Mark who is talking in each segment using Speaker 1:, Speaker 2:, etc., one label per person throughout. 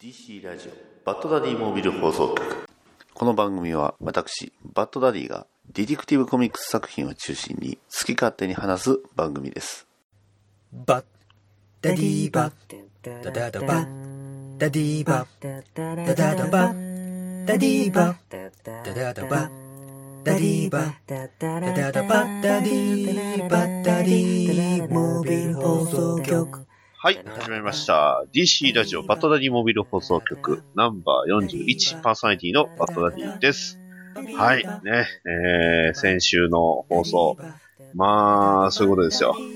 Speaker 1: DC ラジオバッドダディモービル放送局この番組は私バッドダディがディティクティブコミックス作品を中心に好き勝手に話す番組です
Speaker 2: バッダ
Speaker 3: ダ
Speaker 2: デ
Speaker 3: デ
Speaker 2: ィ
Speaker 3: ィ
Speaker 2: ーバ
Speaker 3: バ
Speaker 2: ッ
Speaker 3: ダダダバ
Speaker 2: ダ
Speaker 3: ダ
Speaker 2: デ
Speaker 3: デ
Speaker 2: ィ
Speaker 3: ィ
Speaker 2: ーバ
Speaker 3: バ
Speaker 2: ダダ
Speaker 3: ダダ
Speaker 2: ダ
Speaker 3: ダ
Speaker 2: バダ
Speaker 3: バダ
Speaker 2: デ
Speaker 3: デ
Speaker 2: ィ
Speaker 3: ィ
Speaker 2: ーバ
Speaker 3: バ
Speaker 2: ダ
Speaker 3: ダ
Speaker 2: ダ
Speaker 3: ダ
Speaker 2: ダ
Speaker 3: ダ
Speaker 2: バ
Speaker 3: バ
Speaker 2: ダ
Speaker 3: ダ
Speaker 2: デ
Speaker 3: デ
Speaker 2: ィー
Speaker 3: ィ
Speaker 2: バ
Speaker 3: バ
Speaker 2: ダダダバ
Speaker 3: ダダダバ
Speaker 2: ダデ
Speaker 3: ダ
Speaker 2: ィーバダデ
Speaker 3: ディバダデ
Speaker 2: ィー
Speaker 3: ィ
Speaker 2: モー
Speaker 3: モー
Speaker 2: ビ
Speaker 3: ビ
Speaker 2: ル
Speaker 3: ル
Speaker 2: 放送
Speaker 3: 放送
Speaker 2: 局
Speaker 3: 局
Speaker 1: はい始めました DC ラジオバッドダディモービル放送局ナンバー41パーソナリティのバッドダディですはいねえー、先週の放送まあそういうことですよね、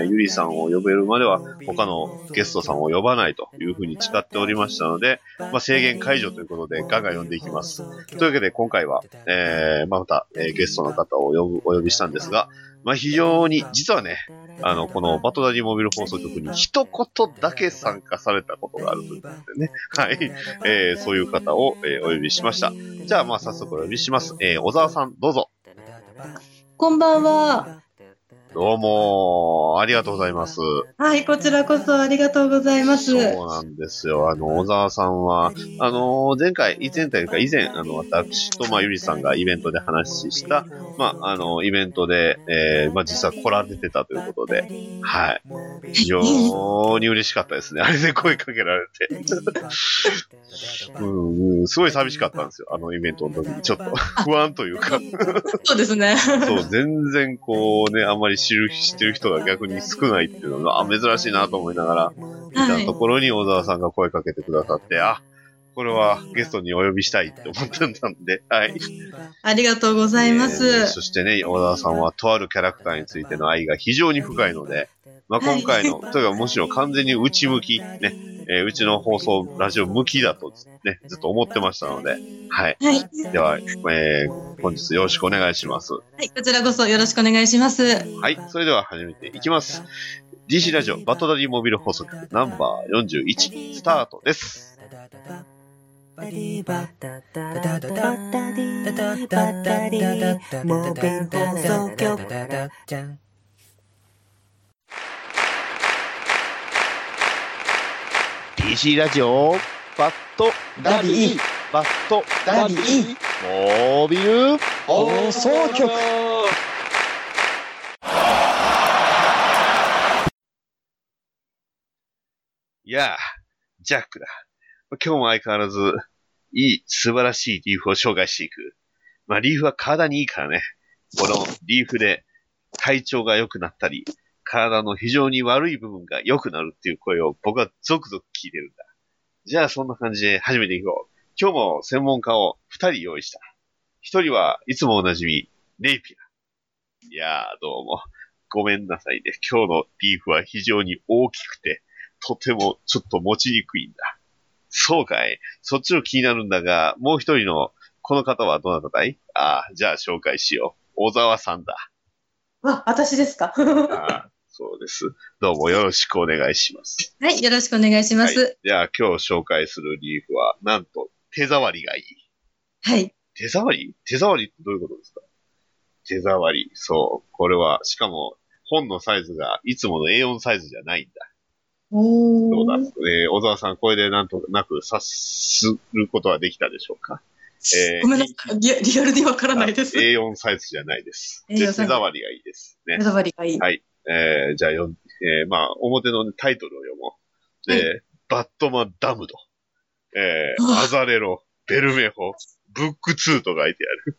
Speaker 1: えー、ゆりさんを呼べるまでは他のゲストさんを呼ばないというふうに誓っておりましたので、まあ、制限解除ということでガンガン読んでいきます。というわけで今回は、えー、まあまた、えーゲストの方をお呼ぶお呼びしたんですが、まあ、非常に、実はね、あの、このバトダディモビル放送局に一言だけ参加されたことがあるということでね、はい、えー、そういう方を、えーお呼びしました。じゃあ、まあ、早速お呼びします。えー、小沢さん、どうぞ。
Speaker 4: こんばんは。
Speaker 1: どうも、ありがとうございます。
Speaker 4: はい、こちらこそありがとうございます。
Speaker 1: そうなんですよ。あの、小沢さんは、あの、前回、以前というか、以前、あの、私と、まあ、ゆりさんがイベントで話した、まあ、あの、イベントで、えー、まあ、実は来られて たということで、はい。非常に嬉しかったですね。あれで声かけられて。うん、うん、すごい寂しかったんですよ。あのイベントの時に。ちょっと 不安というか。
Speaker 4: そうですね。
Speaker 1: そう、全然こうね、あんまり知る、知ってる人が逆に少ないっていうのが、あ、珍しいなと思いながら、見たところに小沢さんが声かけてくださって、あ、これはゲストにお呼びしたいって思ってたんで、はい。
Speaker 4: ありがとうございま
Speaker 1: えー
Speaker 4: す。
Speaker 1: そしてね、小沢さんはとあるキャラクターについての愛が非常に深いので、まあ、
Speaker 4: は
Speaker 1: 今
Speaker 4: い
Speaker 1: 回の、というかむしろ完全に内向き、ね、えーうちの放送、ラジオ向きだと、ね、ずっと思ってましたので、はい。
Speaker 4: はい。は
Speaker 1: では、えー本日よろしくお願いします。
Speaker 4: い、こちらこそよろしくお願いします。
Speaker 1: はい、それでは始めていきます。DC ラジオバトダディモビル放送局ナンバー41スタートです。
Speaker 2: バディーバダダダダダダダダディーモービル放送局じゃん
Speaker 1: DC ラジオバット
Speaker 5: ダディ
Speaker 1: バット
Speaker 5: ダディ
Speaker 1: モービル
Speaker 5: 放送局
Speaker 1: いやあ、ジャックだ。今日も相変わらず、いい、素晴らしいリーフを紹介していく。まあ、リーフは体にいいからね。このリーフで体調が良くなったり、体の非常に悪い部分が良くなるっていう声を僕は続々聞いてるんだ。じゃあそんな感じで始めていこう。今日も専門家を二人用意した。一人はいつもおなじみ、ネイピア。いやーどうも。ごめんなさいね。今日のリーフは非常に大きくて、とてもちょっと持ちにくいんだ。そうかい。そっちの気になるんだが、もう一人のこの方はどなただいああ、じゃあ紹介しよう。小沢さんだ。
Speaker 4: あ、私です か。
Speaker 1: ああ、そうです。どうもよろしくお願いします。
Speaker 4: はい、よろしくお願いしま
Speaker 1: はい
Speaker 4: す。。
Speaker 1: じゃあ今日紹介するリーフは、なんと手触りがいい。
Speaker 4: はい。
Speaker 1: 手触り手触りってどういうことですか手触り。そう。これは、しかも、本のサイズがいつもの A4 サイズじゃないんだ。どう
Speaker 4: お
Speaker 1: だ、
Speaker 4: ー。
Speaker 1: えー小沢さん、これでなんとなく察することはできたでしょうかえー
Speaker 4: ごめんなさい。リアリアルにわからないです。手
Speaker 1: A4 サイズじゃないです。で
Speaker 4: A4 サ
Speaker 1: 手
Speaker 4: イズ
Speaker 1: 触りがいいです。ね。
Speaker 4: 触りがいい。
Speaker 1: はいえーじゃあよん、えーまあ、表のタイトルを読もう。で、バットマンダムド、え
Speaker 4: う
Speaker 1: ー、
Speaker 4: わ
Speaker 1: アザレロ、ベルメホ、ブック2と書いてある。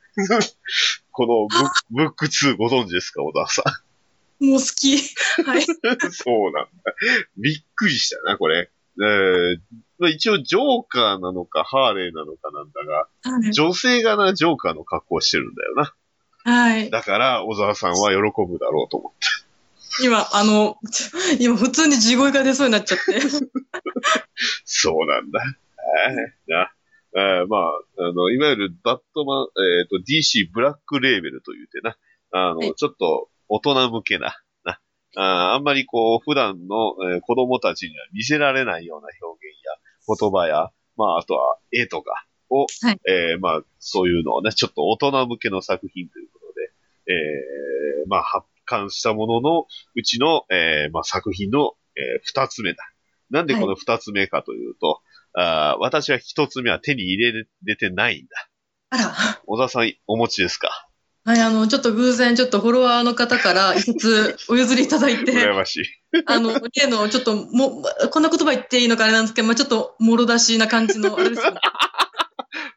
Speaker 1: この ブックブック2ご存知ですか、小沢さん。
Speaker 4: もう好き。はい。
Speaker 1: そうなんだ。びっくりしたな、これ。えーまあ、一応、ジョーカーなのか、ハーレーなのかなんだが、女性がな、ジョーカーの格好をしてるんだよな。
Speaker 4: はい。
Speaker 1: だから、小沢さんは喜ぶだろうと思って。
Speaker 4: 今、あの、今普通に地声が出そうになっちゃ って。
Speaker 1: そうなんだ。えーなえーまあ、あの、いわゆるバットマン、えっ、と、DC ブラックレーベルと言ってな、あ
Speaker 4: は
Speaker 1: の、
Speaker 4: い
Speaker 1: ちょっと大人向けな、なあーあんまりこう、普段の、えー子供たちには見せられないような表現や言葉や、まあ、あとは絵とかを、
Speaker 4: はい
Speaker 1: えーまあ、そういうのをね、ちょっと大人向けの作品ということで、えーまあ、発刊したもののうちの、えーまあ、作品の、えー二つ目だ。なんでこの二つ目かというと、あー私は一つ目は手に入れれてないんだ。
Speaker 4: あら。
Speaker 1: 小沢さん、お持ちですか
Speaker 4: はい、あの、ちょっと偶然、ちょっとフォロワーの方から一つお譲りいただい
Speaker 1: 羨
Speaker 4: て、
Speaker 1: ましい。
Speaker 4: あ の、例の、ちょっと、も、こんな言葉言っていいのかあれなんですけど、まあちょっと、もろ出しな感じの、あれですよね。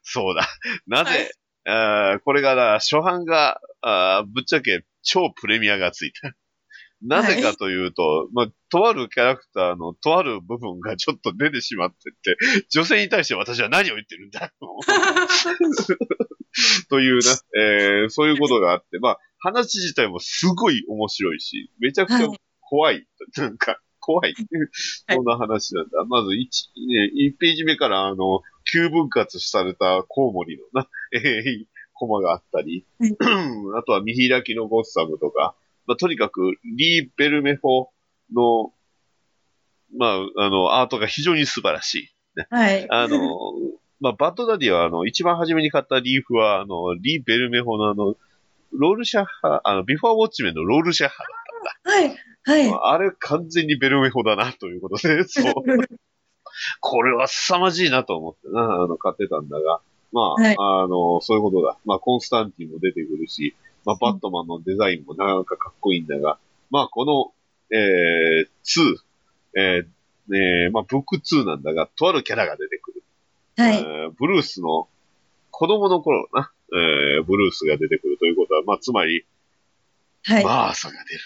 Speaker 1: そうだ。 なぜ、あーこれがな、初版が、あーぶっちゃけ超プレミアがついた。 なぜかというと、まあ、とあるキャラクターのとある部分がちょっと出てしまってて、女性に対して私は何を言ってるんだ というな、えーそういうことがあって、まあ、話自体もすごい面白いし、めちゃくちゃ怖い。 なんか、怖い。そんな話なんだ。まず1、ね、1ページ目から、あの、急分割されたコウモリのな、 えーコマがあったり、
Speaker 4: は
Speaker 1: あとは見開きのゴッサムとか、まあ、とにかく、リー・ベルメホの、まあ、あの、アートが非常に素晴らしい。
Speaker 4: はい。
Speaker 1: あの、まあ、バッドダディは、あの、一番初めに買ったリーフは、あの、リー・ベルメホのあの、ロールシャッハ、あの、ビフォーウォッチメンのロールシャッハ
Speaker 4: はい。はい。
Speaker 1: まああれ完全にベルメホだな、ということ で、そう。これは凄まじいなと思ってな、あの、買ってたんだが、まあ、
Speaker 4: はい
Speaker 1: あの、そういうことだ。まあ、コンスタンティンも出てくるし、まあ、バットマンのデザインもなんかかっこいいんだが、まあ、この、えー、2、えー、えーまあ、ブック2なんだが、とあるキャラが出てくる。
Speaker 4: はい。
Speaker 1: えーブルースの子供の頃な、えー、ブルースが出てくるということは、まあ、つまり、
Speaker 4: はい。
Speaker 1: マーサが出る。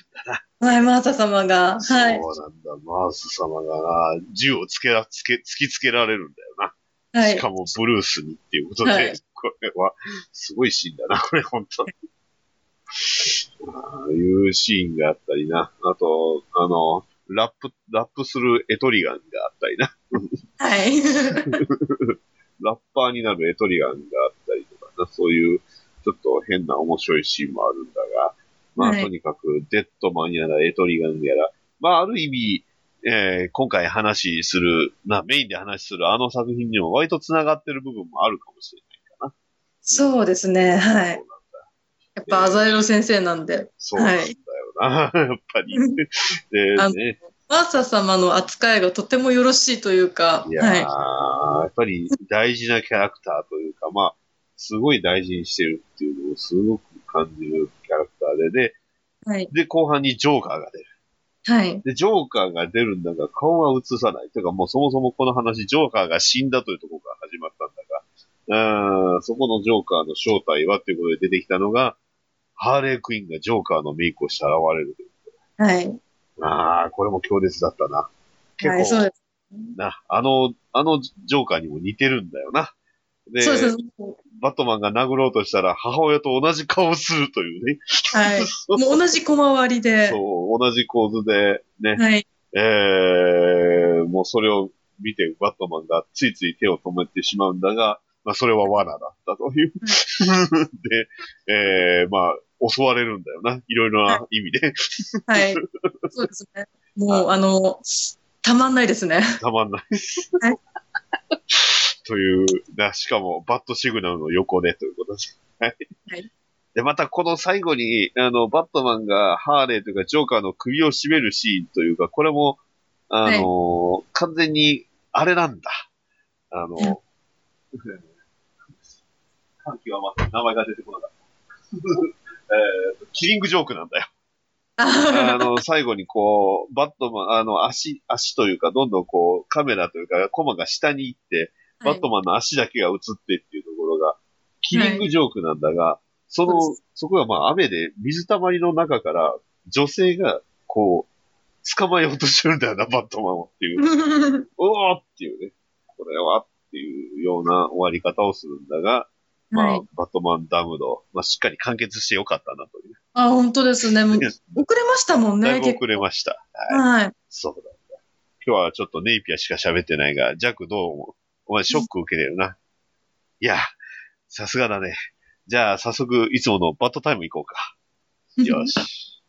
Speaker 4: はい、マーサ様が。はい。
Speaker 1: そうなんだ、マース様がな、銃をつけら、つけ、突きつけられるんだよな。
Speaker 4: は
Speaker 1: し
Speaker 4: い
Speaker 1: か。もブルースにっていうことで、
Speaker 4: はい
Speaker 1: これは、すごいシーンだな、これ、本当に。ああいうシーンがあったりな。あと、あの、ラップ、ラップするエトリガンがあったりな。
Speaker 4: はい。
Speaker 1: ラッパーになるエトリガンがあったりとかな、そういう、ちょっと変な面白いシーンもあるんだが、まあ、
Speaker 4: はい
Speaker 1: とにかく、デッドマンやら、エトリガンやら、まあ、ある意味、えー今回話する、まあ、メインで話するあの作品にも割と繋がってる部分もあるかもしれない。
Speaker 4: そうですね。はい。やっぱ、アザエロ先生なんで。
Speaker 1: そうなんだよな、やっぱり。で
Speaker 4: あの
Speaker 1: ね、
Speaker 4: マーサ様の扱いがとてもよろしいというか、
Speaker 1: いやー、
Speaker 4: は
Speaker 1: やっぱり大事なキャラクターというか、まあ、すごい大事にしてるっていうのをすごく感じるキャラクターで、で、
Speaker 4: い。はい。
Speaker 1: で、後半にジョーカーが出る。
Speaker 4: はい。
Speaker 1: で、ジョーカーが出るんだが、顔は映さない。というか、もうそもそもこの話、ジョーカーが死んだというところから始まったんだが、うーん、そこのジョーカーの正体はということで出てきたのが、ハーレークイーンがジョーカーのメイクをして現れる。
Speaker 4: はい。
Speaker 1: ああ、これも強烈だったな。結構、
Speaker 4: はい、そうです。
Speaker 1: な、あの、あのジョーカーにも似てるんだよな。で、
Speaker 4: そうです。
Speaker 1: バットマンが殴ろうとしたら母親と同じ顔をするというね。
Speaker 4: はい。
Speaker 1: そう
Speaker 4: もう同じ小回りで。
Speaker 1: そう、同じ構図で、ね、
Speaker 4: はい。
Speaker 1: えー、もうそれを見てバットマンがついつい手を止めてしまうんだが、まあそれは罠だったという。 で、えー、まあ、襲われるんだよな。いろいろな意味で。
Speaker 4: はい。そうですね。もう、あの、たまんないですね。
Speaker 1: たまんないです
Speaker 4: はい。
Speaker 1: という、な、しかも、バットシグナルの横でということで。はい
Speaker 4: はい。
Speaker 1: で、またこの最後に、あの、バットマンがハーレーというか、ジョーカーの首を絞めるシーンというか、これも、あの完全に、あれなんだ。あの、
Speaker 4: うん
Speaker 1: 歓喜はまた名前が出てこなかった。 えーとキリングジョークなんだよ あの、最後にこう、バットマン、あの、足、足というか、どんどんこう、カメラというか、コマが下に行って、バット
Speaker 4: は
Speaker 1: マンの足だけが映ってっていうところが、キリングジョークなんだが、そ
Speaker 4: そう
Speaker 1: の
Speaker 4: で、
Speaker 1: そこがまあ雨で水たまりの中から、女性が、こう、捕まえようとしてるんだよな、バットマンをっていう。
Speaker 4: い。
Speaker 1: うおーっていうね、これはっていうような終わり方をするんだが、ま
Speaker 4: は
Speaker 1: あ
Speaker 4: い。、
Speaker 1: バットマンダムの、まあ、しっかり完結してよかったなという。
Speaker 4: あ、本当ですね。もう遅れましたも ん
Speaker 1: だ
Speaker 4: ね。
Speaker 1: いぶ遅れました。
Speaker 4: 結構はい。
Speaker 1: そうなんだ。今日はちょっとネイピアしか喋ってないが、ジャックどう思うお前ショック受けてるな。いや、さすがだね。じゃあ早速いつものバットタイム行こうか。よし。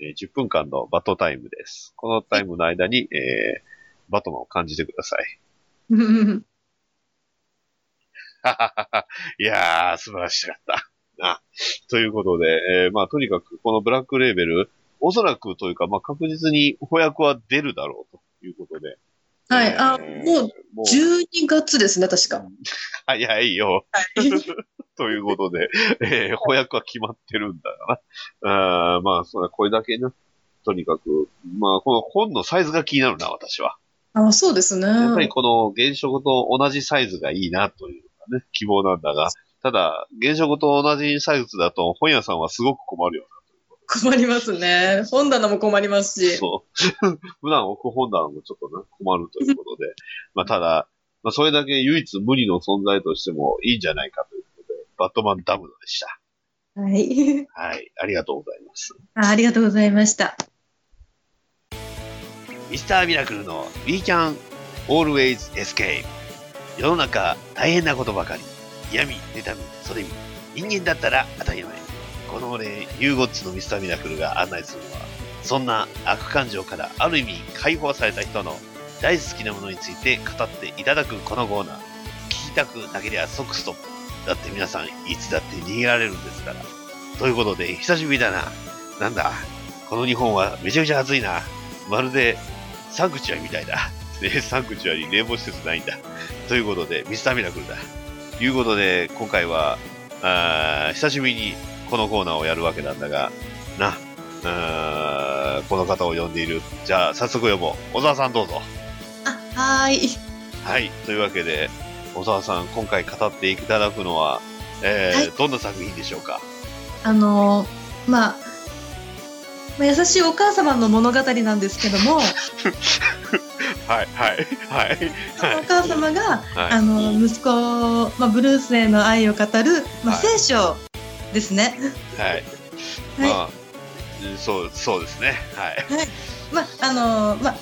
Speaker 1: えー10分間のバットタイムです。このタイムの間に、えー、バットマンを感じてください。 いやー、素晴らしかった。な。ということで、えーまあ、とにかく、このブラックレーベル、おそらくというか、まあ、確実に、保訳は出るだろうということで、
Speaker 4: はい。あ、もう
Speaker 1: もう、
Speaker 4: 12月ですね、確か。
Speaker 1: 早い よ。
Speaker 4: はい。
Speaker 1: ということで、えー翻訳は決まってるんだな。あーまあ、それこれだけな。とにかく、まあ、この本のサイズが気になるな、私は。
Speaker 4: あ、そうですね。
Speaker 1: やっぱりこの原色と同じサイズがいいな、というのがね、希望なんだが、ただ、原色と同じサイズだと本屋さんはすごく困るよ
Speaker 4: 困りますね。本棚も困りますし。
Speaker 1: そう。 普段置く本棚もちょっとね、困るという ことで。まあ、ただ、まあ、それだけ唯一無二の存在としてもいいんじゃないかということで、バットマンダムでした。
Speaker 4: はい。
Speaker 1: はい。ありがとうございます。
Speaker 4: あありがとうございました。
Speaker 1: ミスターミラクルの We Can Always Escape 世の中大変なことばかり闇、妬み、それみ人間だったら当たり前この俺、ユーゴッチのミスターミラクルが案内するのはそんな悪感情からある意味解放された人の大好きなものについて語っていただくこのコーナー聞きたくなけりゃ即ストップだって皆さんいつだって逃げられるんですからということで久しぶりだななんだこの日本はめちゃくちゃ暑いなまるでサンクチュアリみたいだ。 ね、サンクチュアリ冷房施設ないんだ。ということで、ミスターミラクルだ。ということで、今回は、あー久しぶりにこのコーナーをやるわけなんだが、な、あーこの方を呼んでいる。じゃあ、早速呼ぼう。小沢さんどうぞ。
Speaker 4: あ、はい。
Speaker 1: はい。というわけで、小沢さん、今回語っていただくのは、えー
Speaker 4: はい
Speaker 1: どんな作品でしょうか
Speaker 4: あのーまあ、まあ、優しいお母様の物語なんですけども、
Speaker 1: はい、はい、はい、
Speaker 4: そのお母様が、
Speaker 1: はい。
Speaker 4: あの息子、まあ、ブルースへの愛を語る、まあ、
Speaker 1: はい
Speaker 4: 聖書ですね。
Speaker 1: はい。
Speaker 4: はい
Speaker 1: まあ、うんそう、そうですね。はい。
Speaker 4: まああのまあ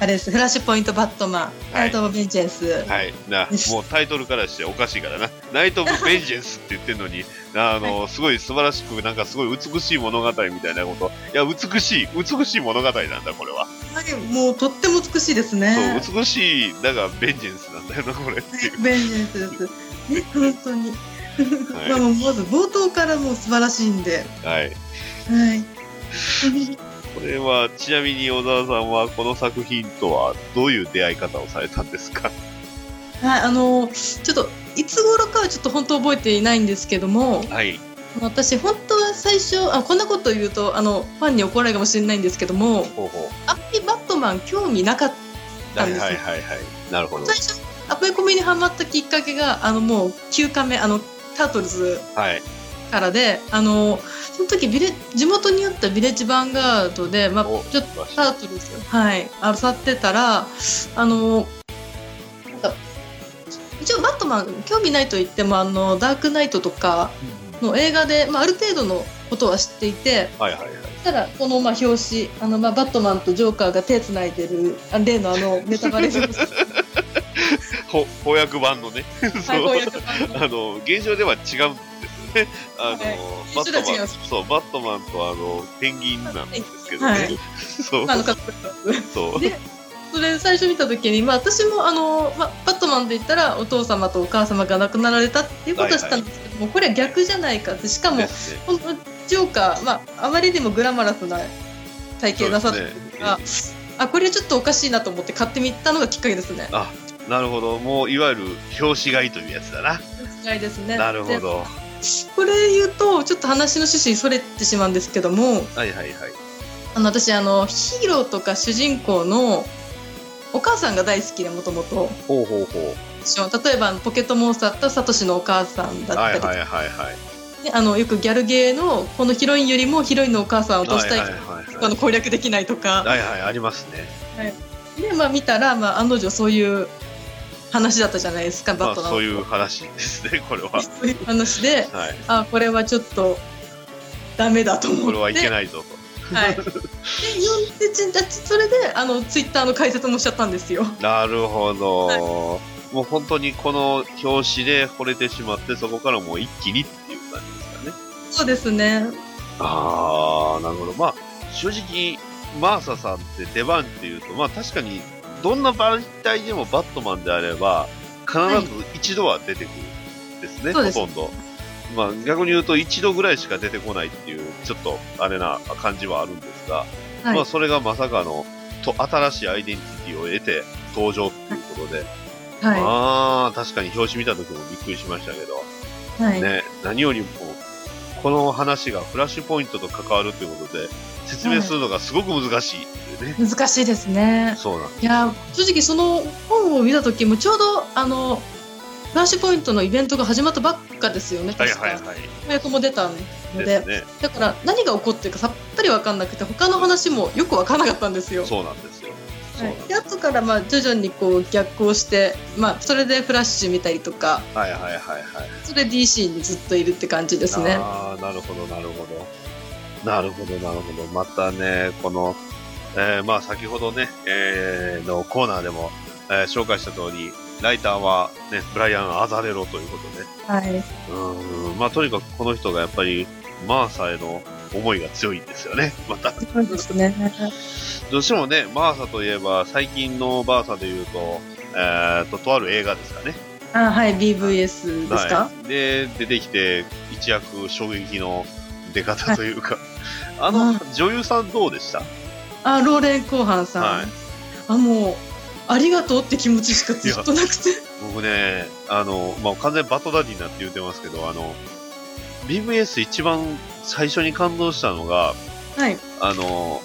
Speaker 4: あれですフラッシュポイントバットマン、
Speaker 1: はい
Speaker 4: ナイト・オブ・ベンジェンス、
Speaker 1: はい、な
Speaker 4: です
Speaker 1: もうタイトルからしておかしいからな、ナイト・オブ・ベンジェンスって言ってるのに、なあの、すごい素晴らしく、なんかすごい美しい物語みたいなこと、いや、美しい、美しい物語なんだ、これは。
Speaker 4: はいもうとっても美しいですね。
Speaker 1: そう、美しい、だが、ベンジェンスなんだよな、これって
Speaker 4: はい
Speaker 1: いう。
Speaker 4: ベンジェンスです。ね、本当に。
Speaker 1: はい
Speaker 4: まあ、もうまず冒頭からもう素晴らしいんで。
Speaker 1: はい、
Speaker 4: はい。
Speaker 1: これは、ちなみに小沢さんは、この作品とはどういう出会い方をされたんですか。
Speaker 4: はい、あのちょっといつ頃かはちょっと本当覚えていないんですけども、
Speaker 1: はい、
Speaker 4: 私本当は最初あこんなこと言うとあのファンに怒られるかもしれないんですけども、
Speaker 1: ほうほ
Speaker 4: アプリバットマン興味なかった
Speaker 1: う。
Speaker 4: な
Speaker 1: はい、
Speaker 4: んですよ
Speaker 1: はい、はい、はい。なるほど
Speaker 4: 最。初アプリコミにハマったきっかけがあのもう9巻目あのタートルズ
Speaker 1: はい、
Speaker 4: からであのその時ビレ地元にあったビレッジヴァンガードで、まあ、
Speaker 1: お
Speaker 4: ちょっと
Speaker 1: わし
Speaker 4: タートルズはいあさってたらあのなんか一応バットマン興味ないと言ってもあのダークナイトとかの映画で、まあ、ある程度のことは知っていて、
Speaker 1: はい、はい、はい。
Speaker 4: ただこのまあ表紙あのまあバットマンとジョーカーが手つないでるあ例のあのネタバレはい
Speaker 1: ほ翻訳版のね。そう
Speaker 4: 翻訳版の
Speaker 1: あの、現象では違うんですよね。あの、
Speaker 4: はい
Speaker 1: バッ
Speaker 4: 現象で
Speaker 1: ト
Speaker 4: は違い
Speaker 1: マ
Speaker 4: ま
Speaker 1: ン、
Speaker 4: す
Speaker 1: そう、バットマンとあの、ペンギンなんですけどね。
Speaker 4: はい
Speaker 1: そう
Speaker 4: まあ、あのカップルなんです
Speaker 1: そう。
Speaker 4: でそれ最初見た時に、まあ、私もあの、まあ、バットマンで言ったらお父様とお母様が亡くなられたっていうことは知ったんですけども、これは逆じゃないかってしかも
Speaker 1: ですね。
Speaker 4: このジョーカー、まあ、あまりにもグラマラスな体型なさってるから、あこれはちょっとおかしいなと思って買ってみたのがきっかけですね。
Speaker 1: なるほど。もう、いわゆる、表紙買いというやつだな。
Speaker 4: 違いですね
Speaker 1: なるほ
Speaker 4: で
Speaker 1: ど。
Speaker 4: これ言うとちょっと話の趣旨にそれてしまうんですけども
Speaker 1: はいはいはい。
Speaker 4: あの私あのヒーローとか主人公のお母さんが大好きでもともと。
Speaker 1: ほうほうほ
Speaker 4: 例えばポケットモンスターだったらサトシのお母さんだ
Speaker 1: う。
Speaker 4: った
Speaker 1: は
Speaker 4: り
Speaker 1: い
Speaker 4: とか、
Speaker 1: はいはいはい。
Speaker 4: ねあのよくギャルゲーのこのヒロインよりもヒロインのお母さんを落と
Speaker 1: は
Speaker 4: し
Speaker 1: い
Speaker 4: たい、
Speaker 1: はいはい
Speaker 4: あ
Speaker 1: は
Speaker 4: の攻略できないと
Speaker 1: い。
Speaker 4: か、
Speaker 1: はいはい、ありますね。
Speaker 4: でまあ、見たら、まあ、案の定そういう話だったじゃないですか
Speaker 1: ま
Speaker 4: バッ
Speaker 1: あ、
Speaker 4: トマン、
Speaker 1: そういう話ですね、これは。
Speaker 4: そういう話で
Speaker 1: はい。
Speaker 4: あこれはちょっとダメだと思って
Speaker 1: これはいけないぞ
Speaker 4: はい、で読んでちんだちそれであのツイッターの解説もしちゃったんですよ。
Speaker 1: と。なるほど。もう本当にこの表紙で惚れてしまって、そこからもう一気にっていう感じですかね。
Speaker 4: そうですね
Speaker 1: ああ、なるほど。まあ、正直、マーサさんって出番っていうと、まあ確かに、どんな媒体でもバットマンであれば、必ず一度は出てくるんですね、
Speaker 4: そうです
Speaker 1: ほとんど。まあ逆に言うと一度ぐらいしか出てこないっていう、ちょっとあれな感じはあるんですが、
Speaker 4: はい
Speaker 1: まあそれがまさかの、と新しいアイデンティティを得て登場っていうことで、あ
Speaker 4: は
Speaker 1: あ、確かに表紙見た時もびっくりしましたけど、
Speaker 4: い。はい。
Speaker 1: ね、何よりも、この話がフラッシュポイントと関わるということで、説明するのがすごく難しいっていうね。
Speaker 4: 難しいですね。
Speaker 1: そうなん
Speaker 4: いやー正直その本を見た時もちょうどあのフラッシュポイントのイベントが始まったばっかですよね。
Speaker 1: はい
Speaker 4: 確か
Speaker 1: はいはい。
Speaker 4: 予約も出たので
Speaker 1: ですね。
Speaker 4: だから何が起こってるかさっぱり分かんなくて他の話もよく分かんなかったんですよ。
Speaker 1: そうなんですよ。そう
Speaker 4: は
Speaker 1: なん
Speaker 4: い
Speaker 1: で、
Speaker 4: で後からまあ徐々にこう逆行して、まあ、それでフラッシュ見たりとか
Speaker 1: す。はいはいはいはい。
Speaker 4: それで DC にずっといるって感じですね。
Speaker 1: ああ、なるほど、なるほど。なるほど、なるほど。またね、この、えーまあ先ほどね、えーのコーナーでも、えー紹介した通り、ライターはね、ブライアン・アザレロということで、
Speaker 4: はい、
Speaker 1: うん、まあとにかくこの人がやっぱり、マーサへの思いが強いんですよね、また。
Speaker 4: そうですね。
Speaker 1: どうしてもね、マーサといえば、最近のバーサで言うと、えーと、とある映画ですかね。
Speaker 4: あはい BVS ですか、
Speaker 1: はい、で出てきて一躍衝撃の出方という か、あの、
Speaker 4: うん
Speaker 1: 女優さんどうでした
Speaker 4: あローレン・コーハンさん、
Speaker 1: はい
Speaker 4: あもうありがとうって気持ちしかずっとなくて
Speaker 1: 僕ねあの、まあ、完全にバトダディになって言ってますけどあの BVS 一番最初に感動したのが
Speaker 4: はい
Speaker 1: あの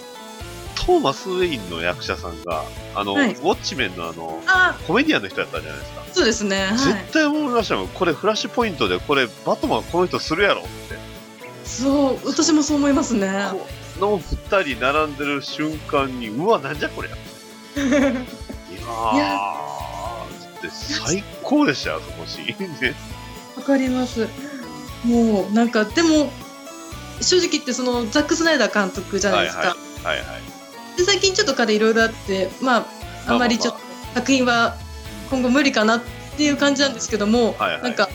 Speaker 1: トーマス・ウェインの役者さんがあの、
Speaker 4: はい
Speaker 1: ウォッチメンのあの
Speaker 4: あ
Speaker 1: コメディアンの人やったじゃないですか、
Speaker 4: そうですねはい
Speaker 1: 絶対思いましたもんこれフラッシュポイントでこれバットマンこの人するやろって
Speaker 4: そう私もそう思いますね
Speaker 1: この二人並んでる瞬間に、うわ、なんじゃこ りゃ。いやー
Speaker 4: い
Speaker 1: で最高でしたよ、そこし。ね
Speaker 4: わかりますもうなんかでも正直言ってそのザック・スナイダー監督じゃないですか、
Speaker 1: はいはいはい。
Speaker 4: で最近ちょっと彼いろいろあってまああんまりちょっと作品は今後無理かなっていう感じなんですけども、
Speaker 1: はいはい
Speaker 4: なんか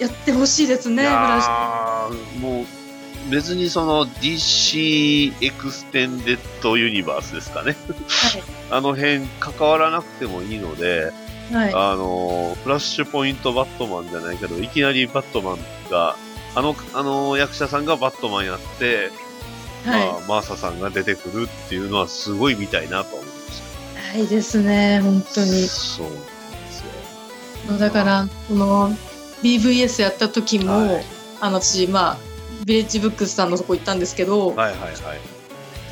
Speaker 4: やってほしいです
Speaker 1: い
Speaker 4: ねブラシ
Speaker 1: やーもう、別にその DC エクステンデッドユニバースですかね。 あの辺関わらなくてもいいので、
Speaker 4: はい、はい、
Speaker 1: あのーフラッシュポイントバットマンじゃないけど、いきなりバットマンが、あの、あの役者さんがバットマンやって、
Speaker 4: はい、
Speaker 1: まあ、マーサさんが出てくるっていうのはすごい見たいなと思いまし
Speaker 4: ないですね本
Speaker 1: た。
Speaker 4: 当に
Speaker 1: そうなんですよ。
Speaker 4: だからこの BVS やった時も、
Speaker 1: はい
Speaker 4: あの私まあビレッジブックスさんのとこ行ったんですけど、
Speaker 1: はいはいはい。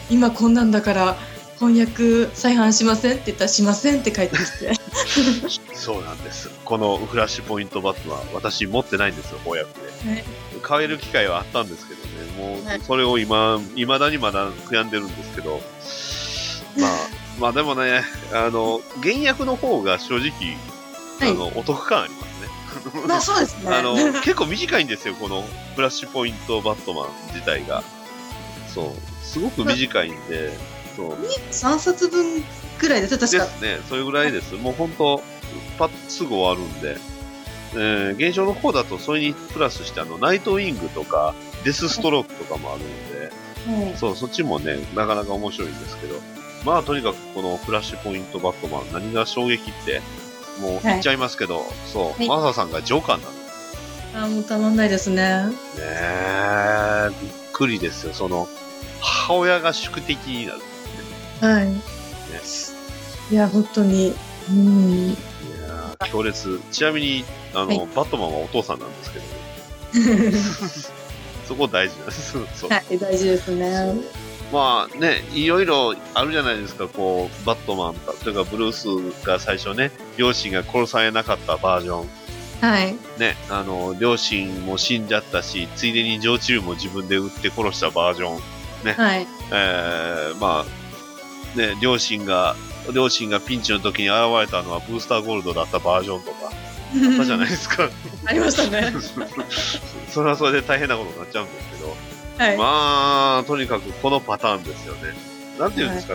Speaker 4: 今こんなんだから翻訳再販しませんって言ったらしませんって帰ってきて
Speaker 1: そうなんです。このフラッシュポイントバットは私持ってないんですよ、翻訳で。
Speaker 4: はい
Speaker 1: 買える機会はあったんですけどね、も
Speaker 4: はいう
Speaker 1: それを今、いまだにまだ悔やんでるんですけど、まあ、 まあでもね、あの、原訳の方が正直、 あの、お得感ありますね。
Speaker 4: まあそうですね
Speaker 1: あ の結構短いんですよ、このフラッシュポイントバットマン自体が。そう、すごく短いんで、そう、で
Speaker 4: 3冊分くらいです確か
Speaker 1: すね、それぐらいです。もう本当、パッとすぐ終わるんで、えー、現象の方だと、それにプラスして、あの、ナイトウィングとか、デスストロークとかもあるので、
Speaker 4: はい
Speaker 1: そう、そっちもね、なかなか面白いんですけど、まあ、とにかくこのフラッシュポイントバットマン、何が衝撃って、もう言っちゃいますけど、そう、
Speaker 4: はい
Speaker 1: マサさんがジョーカーになる
Speaker 4: あーもうたまんないですね
Speaker 1: ねえ、びっくりですよ。その、母親が宿敵になる。
Speaker 4: はい、いや本当にうん
Speaker 1: いやー強烈。ちなみに、あの、
Speaker 4: はい
Speaker 1: バットマンはお父さんなんですけど、そこ大事なんです。 そう。
Speaker 4: はい大事ですね
Speaker 1: まあね、いろいろあるじゃないですか、こう、バットマンというか、ブルースが最初ね、両親が殺されなかったバージョン。
Speaker 4: はい
Speaker 1: ね、あの、両親も死んじゃったし、ついでに常駐も自分で撃って殺したバージョン。
Speaker 4: はい
Speaker 1: えーまあ、ね、両親が、両親がピンチの時に現れたのはブースターゴールドだったバージョンとか、あったじゃないですか。
Speaker 4: ありました ね
Speaker 1: それはそれで大変なことになっちゃうんですけど、
Speaker 4: はい、
Speaker 1: まあ、とにかくこのパターンですよね。なんていうんですか、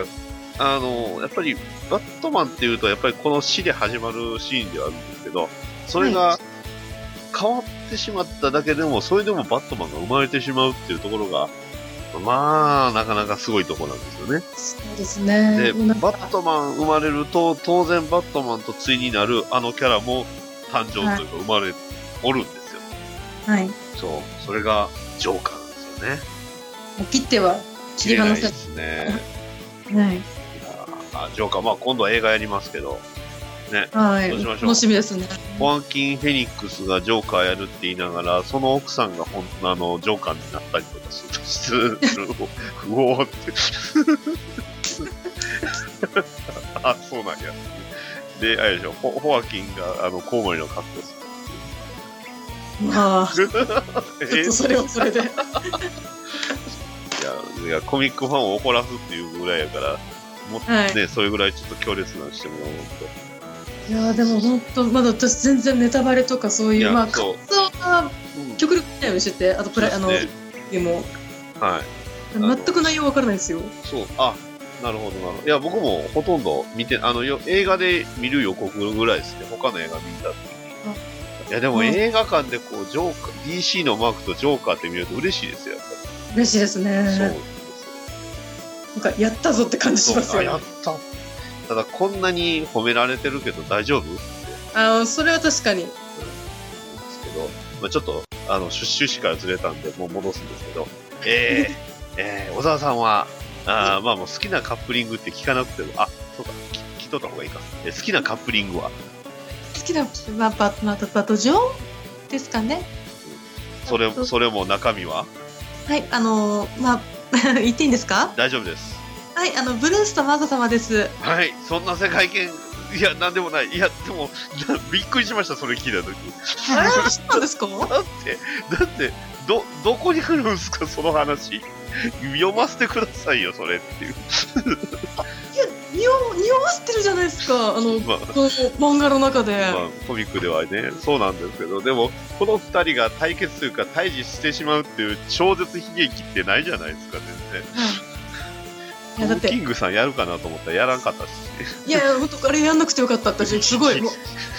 Speaker 1: あの、やっぱり、バットマンっていうと、やっぱりこの死で始まるシーンではあるんですけど、それ
Speaker 4: は
Speaker 1: が変わってしまっただけでも、それでもバットマンが生まれてしまうっていうところが、まあ、なかなかすごいところなんですよね。
Speaker 4: そうですね
Speaker 1: で、
Speaker 4: もうなんか
Speaker 1: バットマン生まれると、当然バットマンと対になるあのキャラも誕生というか生まれ、おるんですよ。
Speaker 4: はい
Speaker 1: そう。それがジョーカーなんですよね。
Speaker 4: もう切っては切り離
Speaker 1: 切れな
Speaker 4: せ
Speaker 1: いですね。
Speaker 4: ない
Speaker 1: いやあ、ジョーカー。まあ今度は映画やりますけど、
Speaker 4: はい。
Speaker 1: そうしましょう
Speaker 4: 楽しみですね。
Speaker 1: ホアンキン・フェニックスがジョーカーやるって言いながら、その奥さんが本当のあの、ジョーカーになったりとかする。 するうおーって。 あ、そうなんや。で、あれでしょ、ホホアキンがあの、コウモリの格好す
Speaker 4: まあ、
Speaker 1: る。
Speaker 4: ちょっとそ れはそれで。
Speaker 1: いやいやコミックファンを怒らすっていうぐらいやから、もっとね、
Speaker 4: は
Speaker 1: それぐらいちょっと強烈なのしてもらおうと。
Speaker 4: いやーでも本当まだ私全然ネタバレとかそう
Speaker 1: い
Speaker 4: いう
Speaker 1: や
Speaker 4: まあ
Speaker 1: そう
Speaker 4: 感想が極力見ないようにしててあとプライあ
Speaker 1: そ
Speaker 4: の
Speaker 1: うで
Speaker 4: です
Speaker 1: ね
Speaker 4: も
Speaker 1: はい。の
Speaker 4: 全く内容わからないですよ。
Speaker 1: そう、あ、なるほど、なるほど。いや、僕もほとんど見て、あの、よ映画で見る予告ぐらいですね。他の映画見たって。いや、でも
Speaker 4: うん
Speaker 1: 映画館でこう、ジョーカー、DC のマークとジョーカーって見ると嬉しいですよ、やっ
Speaker 4: 嬉しいです
Speaker 1: ぱりそう
Speaker 4: ね。なんかやったぞって感じし
Speaker 1: そう
Speaker 4: ま
Speaker 1: そ
Speaker 4: す
Speaker 1: う、あ、
Speaker 4: よ
Speaker 1: やっ
Speaker 4: ね。
Speaker 1: た。ただ、こんなに褒められてるけど大丈夫って
Speaker 4: あのそれは確かに。
Speaker 1: 思うんですけど、まあ、ちょっと、あの、出ュ誌からずれたんで、もう戻すんですけど、えー、えー、小沢さんは、あーまあもう好きなカップリングって聞かなくても、あ、そうか、聞聞いとった方がいいか。え好きなカップリングは
Speaker 4: 好きなまあバまあバトジョンですかね。
Speaker 1: それ
Speaker 4: あと
Speaker 1: それも中身は
Speaker 4: はいあのーまあ 言っていいんですか。
Speaker 1: 大丈夫です。
Speaker 4: はいあのブルースとマーサ様です。
Speaker 1: はい、そんな世界圏、いや、なんでもない。いや、でも、なびっくりしました、それ聞いたとき。
Speaker 4: あれはそうなんですか。
Speaker 1: だって、だって、ど、どこに来るんですか、その話。読ませてくださいよ、それっていう。
Speaker 4: 匂匂わせてるじゃないですかあの。
Speaker 1: まあ、
Speaker 4: この漫画の中で、
Speaker 1: まあ、コミックではね、そうなんですけど、でも、この二人が対決というか、対峙してしまうっていう超絶悲劇ってないじゃないですか、全然。
Speaker 4: いやだっ
Speaker 1: キ
Speaker 4: て
Speaker 1: ングさんやるかなと思ったらやらんかったし。
Speaker 4: いやいや本当あれやんなくてよかったって私すごいもう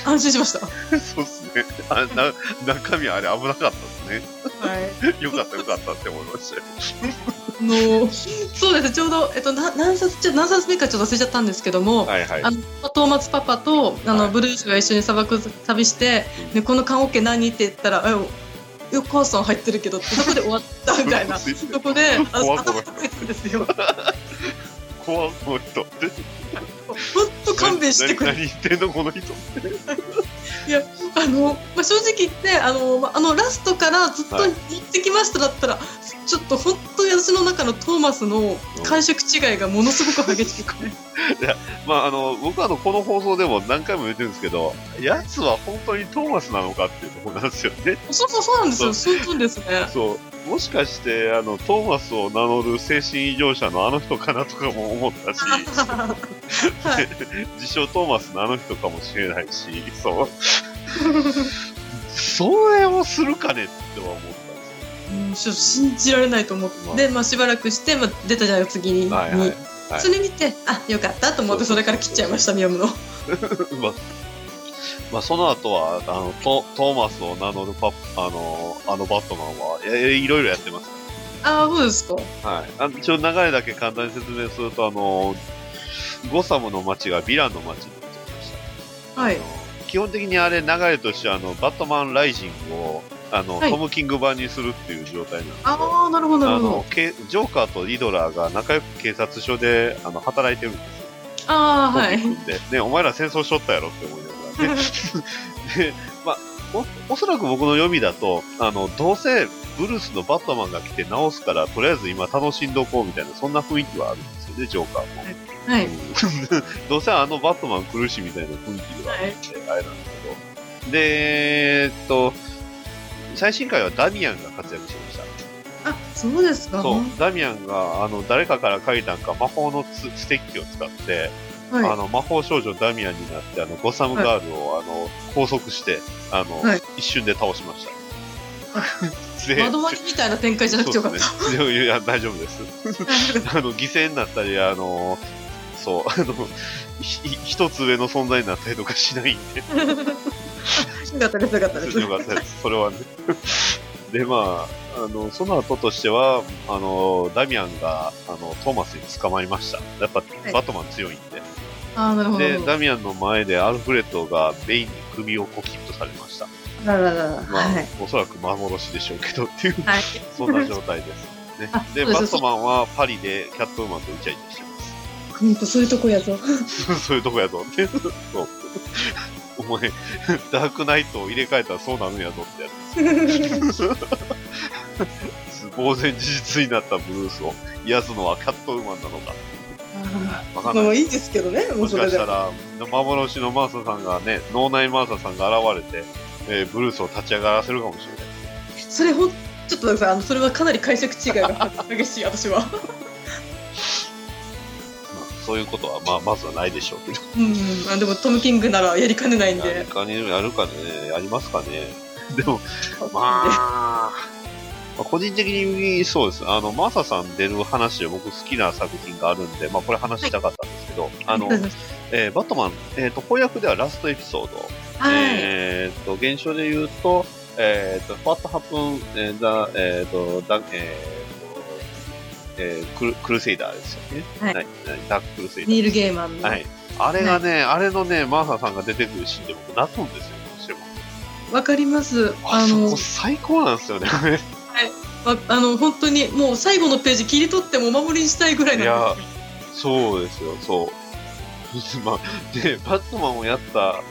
Speaker 4: 安心しました。
Speaker 1: そうっす ね。あな中身あれ危なかったです
Speaker 4: はい。
Speaker 1: ね。 よかったよかったって思いましたよ。
Speaker 4: あのそうですちょうどえっとな何冊じゃ何冊目かちょっと忘れちゃったんですけども、
Speaker 1: はいはい
Speaker 4: あ。のトーマツパパとあの、
Speaker 1: はい
Speaker 4: ブルースが一緒に砂漠旅して
Speaker 1: う
Speaker 4: 「ね、この棺桶何?」って言ったら「えよ母さん入ってるけど」ってそこで終わったみたいな
Speaker 1: 嘘ついてる
Speaker 4: そこであの
Speaker 1: 怖い怖
Speaker 4: 頭
Speaker 1: い
Speaker 4: 抱えたんですよ。
Speaker 1: 怖いこの人。
Speaker 4: 本当 勘弁してく れ
Speaker 1: 何何言ってんのこの人。
Speaker 4: いやあの、まあ、正直言ってあの、まあ、あのラストからずっと
Speaker 1: はい
Speaker 4: 行ってきましただったら、ちょっと本当に私の中のトーマスの解釈違いがものすごく激 しく て、
Speaker 1: まああの、僕はあの、この放送でも何回も言ってるんですけど、奴は本当にトーマスなのかっていうところなんですよ ね。
Speaker 4: そうそうそうなんですよそういうことですね
Speaker 1: そう。もしかして、あの、トーマスを名乗る精神異常者のあの人かなとかも思ったし、
Speaker 4: はい
Speaker 1: 自称トーマスのあの人かもしれないし、そう。 それをするかねっては思ったんですよ
Speaker 4: うんちょっと信じられないと思って、
Speaker 1: まあ
Speaker 4: で、まあ、しばらくして、まあ、出たじゃん次に、
Speaker 1: はいはい
Speaker 4: に
Speaker 1: はい
Speaker 4: それ見てあよかったと思ってそれから切っちゃいましたミ ヤムの
Speaker 1: まあ、まあ、その後は、あの、トトーマスを名乗るパあの、あのバットマンは、え、えいろいろやってます。
Speaker 4: ああそうですか
Speaker 1: はい。あ一応流れだけ簡単に説明すると、あの、ゴサムの街がヴィランの街になってました。
Speaker 4: はい
Speaker 1: あの基本的にあれ流れとして、あの、バットマンライジングを、あの、
Speaker 4: はい
Speaker 1: トム・キング版にするっていう状態なんですけど
Speaker 4: ああなるほどな
Speaker 1: あ
Speaker 4: るほ
Speaker 1: の
Speaker 4: ど
Speaker 1: けジョーカーとリドラーが仲良く警察署であの働いてるんですよ。
Speaker 4: ああーはい
Speaker 1: コンビ組んでね、お前ら戦争しとったやろって思いながら ね。で、 まあ、おおそらく僕の読みだと、あの、どうせブルースのバットマンが来て直すから、とりあえず今楽しんどこうみたいな、そんな雰囲気はあるんですよね、ジョーカーも。
Speaker 4: はい
Speaker 1: どうせあのバットマン苦しいみたいな雰囲気ではあるんで、あれなんですけど。で、えーっと、最新回はダミアンが活躍しました。
Speaker 4: あそうですか
Speaker 1: そう、ダミアンが、あの、誰かから書いたんか、魔法のつステッキを使って、
Speaker 4: はい
Speaker 1: あの、魔法少女ダミアンになって、あの、ゴサムガールを、あの、拘束して、あの、
Speaker 4: はい
Speaker 1: 一瞬で倒しま した。で
Speaker 4: 窓割りみたいな展開じゃなくてよかった。
Speaker 1: そうですねいやいや、大丈夫です。 あの、犠牲になったり、あの、そう、あの、ひひ一つ上の存在になったりとかしないんで、
Speaker 4: よかったです、よかったです。
Speaker 1: よかったです。それはね。 で、まあ、あの、その後としては、あの、ダミアンが、あの、トーマスに捕まりました。やっぱ、
Speaker 4: い
Speaker 1: バットマン強いんで。
Speaker 4: ああ、なるほど。
Speaker 1: で、ダミアンの前でアルフレッドがベインに首をコキッとされました。
Speaker 4: らららら
Speaker 1: まあ、
Speaker 4: はい。
Speaker 1: おそらく幻でしょうけど、っていう、
Speaker 4: はい。
Speaker 1: そんな状態です。ね
Speaker 4: あ、
Speaker 1: で、
Speaker 4: そう
Speaker 1: バ
Speaker 4: です
Speaker 1: ットマンはパリでキャットウーマンとイチャイチャしてます。
Speaker 4: うんとそういうとこやぞ。
Speaker 1: そういうとこやぞ って。そうお前、ダークナイトを入れ替えたらそうなるんやぞってやつ。呆然自実になったブルースを癒すのはカットウーマンなのか。わかんない。
Speaker 4: もういいですけどね、も
Speaker 1: もし
Speaker 4: うそ
Speaker 1: か
Speaker 4: れ
Speaker 1: し
Speaker 4: で
Speaker 1: た。ら、幻のマーサさんがね、脳内マーサさんが現れて、えーブルースを立ち上がらせるかもしれない。
Speaker 4: それほん、ちょっとさ、あのそれはかなり解釈違いが激しい、私は。
Speaker 1: まあ、そういうことは、まあ、まずはないでしょうけど。
Speaker 4: うん、あでもトム・キングならやりかねないん
Speaker 1: 何
Speaker 4: で。
Speaker 1: かにやるかね、やりますかね。 で も、まあ、まあ個人的にそうです。あの、マーサさん出る話で僕好きな作品があるんで、まあこれ話したかったんですけど、あの、えーバットマン、えっ、と、翻訳ではラストエピソード、
Speaker 4: はい。
Speaker 1: えっ、と、現象で言うと、えっ、と、What happened, えーだえっ、と、だえーとえークルクルセイダーですよね。
Speaker 4: はい
Speaker 1: ダーククルセイダー。
Speaker 4: ニール・ゲイマンの。
Speaker 1: はい。あれがね、あれのね、マーサさんが出てくるシーンで僕泣くんですよ、どうしても。
Speaker 4: わかります。
Speaker 1: あ
Speaker 4: あ
Speaker 1: そ
Speaker 4: の
Speaker 1: こ、最高なんですよね。
Speaker 4: わあの、本当に、もう最後のページ切り取ってもお守りにしたいぐらいなんです
Speaker 1: そう ですよ、そう。まあ、で、バットマンをやった、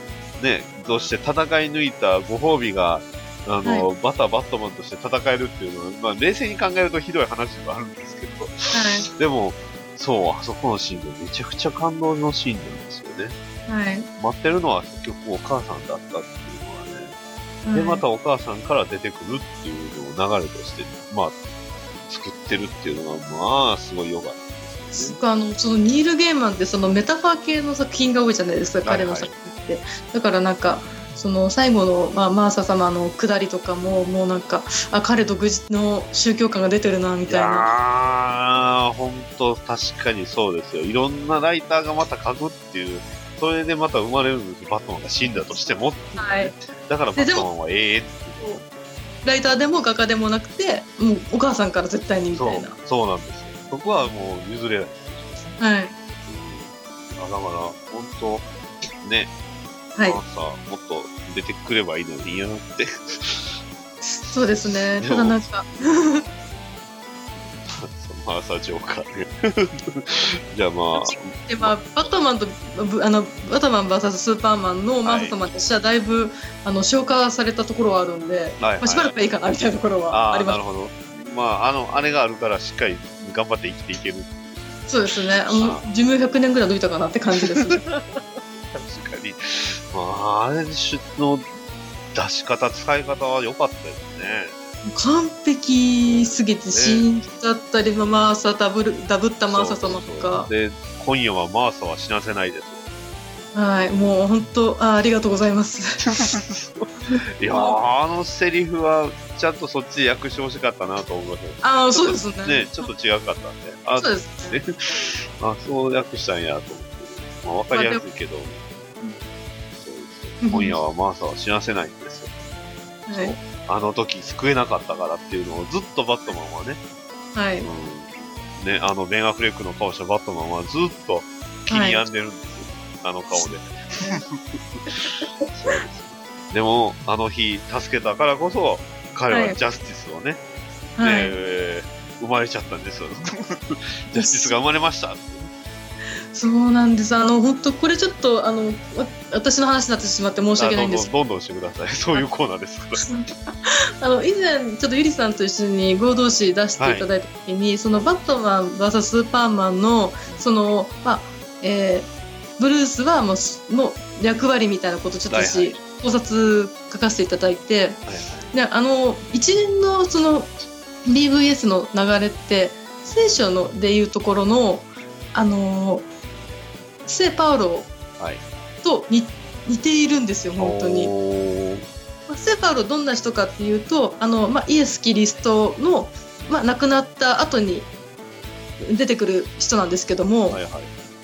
Speaker 1: ね、として戦い抜いたご褒美が、あの、バターバットマンとして戦えるっていうのは、まあ、冷静に考えるとひどい話ではあるんですけど、でも、そう、あそこのシーンがめちゃくちゃ感動のシーンなんですよね。
Speaker 4: はい。はい。
Speaker 1: 待ってるのは結局お母さんだったっていうのはね、
Speaker 4: はい
Speaker 1: で、またお母さんから出てくるっていうのを流れとして、まあ、作ってるっていうのが、まあ、すごい良かった。
Speaker 4: 僕あのそのニール・ゲーマンってそのメタファー系の作品が多いじゃないですか、
Speaker 1: はいはい
Speaker 4: 彼の作品ってだからなんかその最後の、まあ、マーサ様の下りとかももうなんかあ彼独自の宗教感が出てるなみ
Speaker 1: い
Speaker 4: たいな
Speaker 1: やー、ほんと、確かにそうですよ。いろんなライターがまた書くっていう、それでまた生まれるんですよ。バットマンが死んだとしても。
Speaker 4: はい、
Speaker 1: だからバッ
Speaker 4: ででも
Speaker 1: トマンは永遠。
Speaker 4: ライターでも画家でもなくてもうお母さんから絶対にみ
Speaker 1: そ
Speaker 4: たいうな、
Speaker 1: そうなんですよ。そこはもう譲れない。
Speaker 4: は
Speaker 1: う
Speaker 4: い
Speaker 1: ん、あだから、ほんと、ね、
Speaker 4: はい
Speaker 1: まあさ、もっと出てくればいいのにいいやなって。
Speaker 4: そうですね
Speaker 1: でも
Speaker 4: ただなんか
Speaker 1: マーサージョーカーね じゃあまあ、
Speaker 4: で、まあ、バットマンとぶあのバットマン VS スーパーマンのマーサ様としてはだいぶ、あの消化されたところはあるんで、
Speaker 1: はい
Speaker 4: まあ、しばらくはいいかなみたいなところは
Speaker 1: あ
Speaker 4: あ
Speaker 1: あ、
Speaker 4: ります
Speaker 1: なるほど。まあ、あの、あれがあるからしっかり頑張って生きていける。
Speaker 4: そうですね。もう寿命100年ぐらい伸びたかなって感じで すね。
Speaker 1: 確かに。まあ、あれの出し方、使い方は良かったですね。
Speaker 4: 完璧すぎて死んじゃったり、まあマーサダブルダブったマーサ様と
Speaker 1: そうそう
Speaker 4: か
Speaker 1: そう、で、今夜はマーサは死なせないです。
Speaker 4: はい、もう本当あありがとうござ います。
Speaker 1: いやー、あのセリフは、ちゃんとそっちで訳してほしかったなと思いました
Speaker 4: ああそうですね。
Speaker 1: ね、ちょっと違かったんで。あ
Speaker 4: そうですね。
Speaker 1: あ、そう訳したんやと思って。まあ、わかりやすいけど。そうですよ今夜はマーサは死なせないんですよ。
Speaker 4: はい
Speaker 1: あの時救えなかったからっていうのをずっとバットマンはね、。
Speaker 4: はいう
Speaker 1: ん、ね、あのベン・アフレックの顔したバットマンはずっと気に病んでるんですよ。あの顔で。 そうですでも、あの日助けたからこそ、彼
Speaker 4: は
Speaker 1: はいジャスティスをね、
Speaker 4: は
Speaker 1: ね
Speaker 4: い。
Speaker 1: えー生まれちゃったんですよ。 ジャスティスが生まれました。
Speaker 4: そうなんです。あの本当これちょっとあのわ私の話になってしまって申し訳ないんです
Speaker 1: あどんどんどんどんしてください。そういうコーナーですから。
Speaker 4: あの以前ちょっとゆりさんと一緒に合同誌出していただいた時に、そのバットマン VS スーパーマンのその、まあえーブルースはもうすの役割みたいなことをちょっと
Speaker 1: はい
Speaker 4: 私
Speaker 1: は
Speaker 4: 考察書かせていただいて
Speaker 1: はいはい
Speaker 4: であの一連のその DVS の流れって聖書のでいうところのあの聖パウロ
Speaker 1: はい
Speaker 4: と似,、似ているんですよ本当に。
Speaker 1: に。
Speaker 4: まあ聖パウロどんな人かっていうとあの、まあ、イエス・キリストの、まあ、亡くなった後に出てくる人なんですけども、
Speaker 1: はいはい。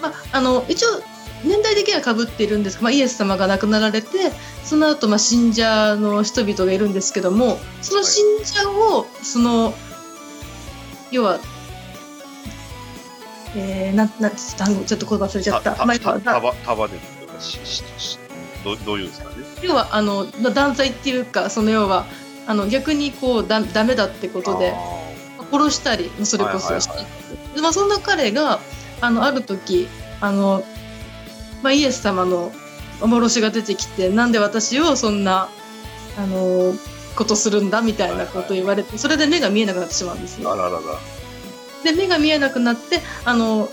Speaker 4: まあ、あの一応年代的にはかぶっているんですが、まあ、イエス様が亡くなられてその後、まあ信者の人々がいるんですけどもその信者を、その要は、えー、なんなんちょっと単語ちょっと言葉忘れちゃった。
Speaker 1: た
Speaker 4: まあ
Speaker 1: た
Speaker 4: 要は
Speaker 1: た束束でとかしししどどういうんですかね。
Speaker 4: 要はあのまあ断罪っていうかその要はあの逆にこうだダメだってことで
Speaker 1: あー
Speaker 4: 殺したりそれこ
Speaker 1: はい
Speaker 4: そ
Speaker 1: はい
Speaker 4: して、まあ、そんな彼があのある時あの、まあ、イエス様のおもろしが出てきてなんで私をそんなあのことするんだみたいなこと言われてそれで目が見えなくなってしまうんです
Speaker 1: あ
Speaker 4: よ。
Speaker 1: ららら。
Speaker 4: で目が見えなくなってあの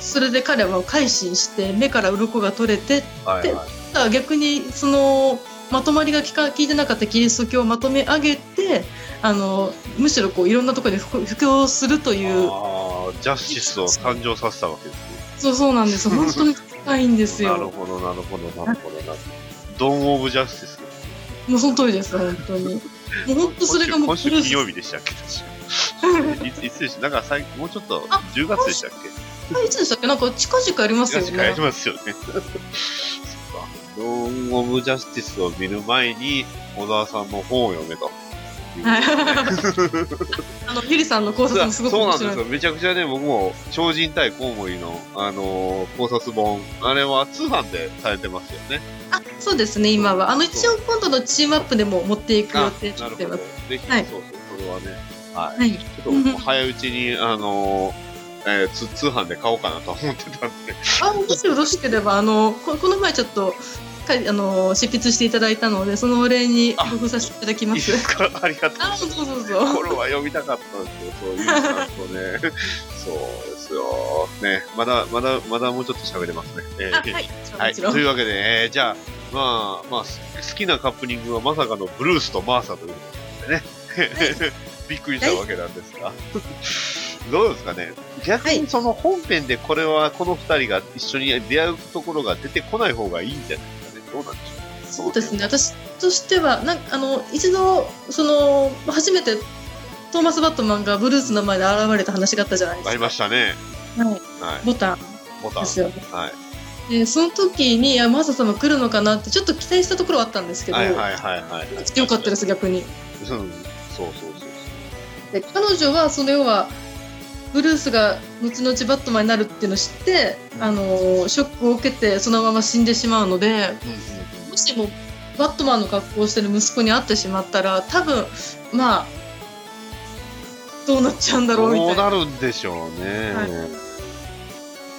Speaker 4: それで彼は改心して目から鱗が取れて
Speaker 1: はいはい。
Speaker 4: だから逆にそのまとまりが効か効いてなかったキリスト教をまとめ上げてあのむしろこういろんなところに布布教するという
Speaker 1: ああ、ジャスティスを誕生させたわけですね。
Speaker 4: そうそうなんです本当に深いんです
Speaker 1: なる
Speaker 4: よ
Speaker 1: ほど、なるほど、なるほど、なるほど。ドン・オブ・ジャスティス。
Speaker 4: もうその通りです本当にもう本当それがもう
Speaker 1: 今週今週金曜
Speaker 4: 日
Speaker 1: 日でしたっけ確かいつ いつでしたなんか最もうちょっと
Speaker 4: あ
Speaker 1: 10月でしたっけ
Speaker 4: いつでしたっけなんか近々ありますよ
Speaker 1: 確かや
Speaker 4: ね
Speaker 1: りますよね。そっかドーン・オブ・ジャスティスを見る前に、小沢さんの本を読めと。
Speaker 4: はいあのゆりさんの考察もす
Speaker 1: そ
Speaker 4: ご
Speaker 1: う
Speaker 4: く
Speaker 1: そう
Speaker 4: 面
Speaker 1: なんで
Speaker 4: 白
Speaker 1: すよ。め
Speaker 4: い
Speaker 1: ちゃくちゃね、僕も、超人対コウモリの、あのー考察本、あれは通販でされてますよね。
Speaker 4: あそうですね今はあの一応今度のチームアップでも持っていく予
Speaker 1: あ
Speaker 4: 定に
Speaker 1: な
Speaker 4: な
Speaker 1: るほ
Speaker 4: って
Speaker 1: ど
Speaker 4: ます。
Speaker 1: ぜひ、
Speaker 4: はい
Speaker 1: そうそう、それはね、はい。
Speaker 4: はい
Speaker 1: ちょっと早いうちに、あのーえーつ通販で買おうかなと思ってたんで、
Speaker 4: あもしよろしければあのここの前ちょっとかいあの執筆していただいたのでそのお礼に
Speaker 1: あ
Speaker 4: ごさせていただき
Speaker 1: いい
Speaker 4: ま。
Speaker 1: ですすか ありがとうござい
Speaker 4: あ
Speaker 1: ます
Speaker 4: そう。そうそうそう。
Speaker 1: 頃は読みたかったんですけど、そういう感とね、そうですよ。ね、まだ、まだ、まだもうちょっと喋れますね。えー
Speaker 4: あはい
Speaker 1: は
Speaker 4: も
Speaker 1: い。
Speaker 4: ちろん。
Speaker 1: というわけで、えーじゃあ、まあ、まあ、す好きなカップリングはまさかのブルースとマーサということでね、 びっくりしたわけなんですが、 どうですかね逆にその本編でこれは、この二人が一緒に出会うところが出てこない方がいいんじゃないですかね。どうなんでしょう
Speaker 4: そうですね。私としてはなんかあの一度その初めてトーマスバットマンがブルースの前で現れた話があったじゃないですか。
Speaker 1: ありましたね。
Speaker 4: はい。
Speaker 1: は
Speaker 4: ボタン
Speaker 1: い。ボタン
Speaker 4: で。すよね。
Speaker 1: はい。
Speaker 4: でその時にいやマサ様来るのかなってちょっと期待したところはあったんですけど、
Speaker 1: はいはいはいはい。
Speaker 4: 強かったです逆に。
Speaker 1: うん、そうそうそうそう。
Speaker 4: で彼女はその要はブルースが後々バットマンになるっていうのを知って、あのーショックを受けてそのまま死んでしまうのでもしもバットマンの格好をしてる息子に会ってしまったら多分まあどうなっちゃうんだろうみ
Speaker 1: ど
Speaker 4: た
Speaker 1: う
Speaker 4: いな。
Speaker 1: なるんでしょうね。
Speaker 4: はい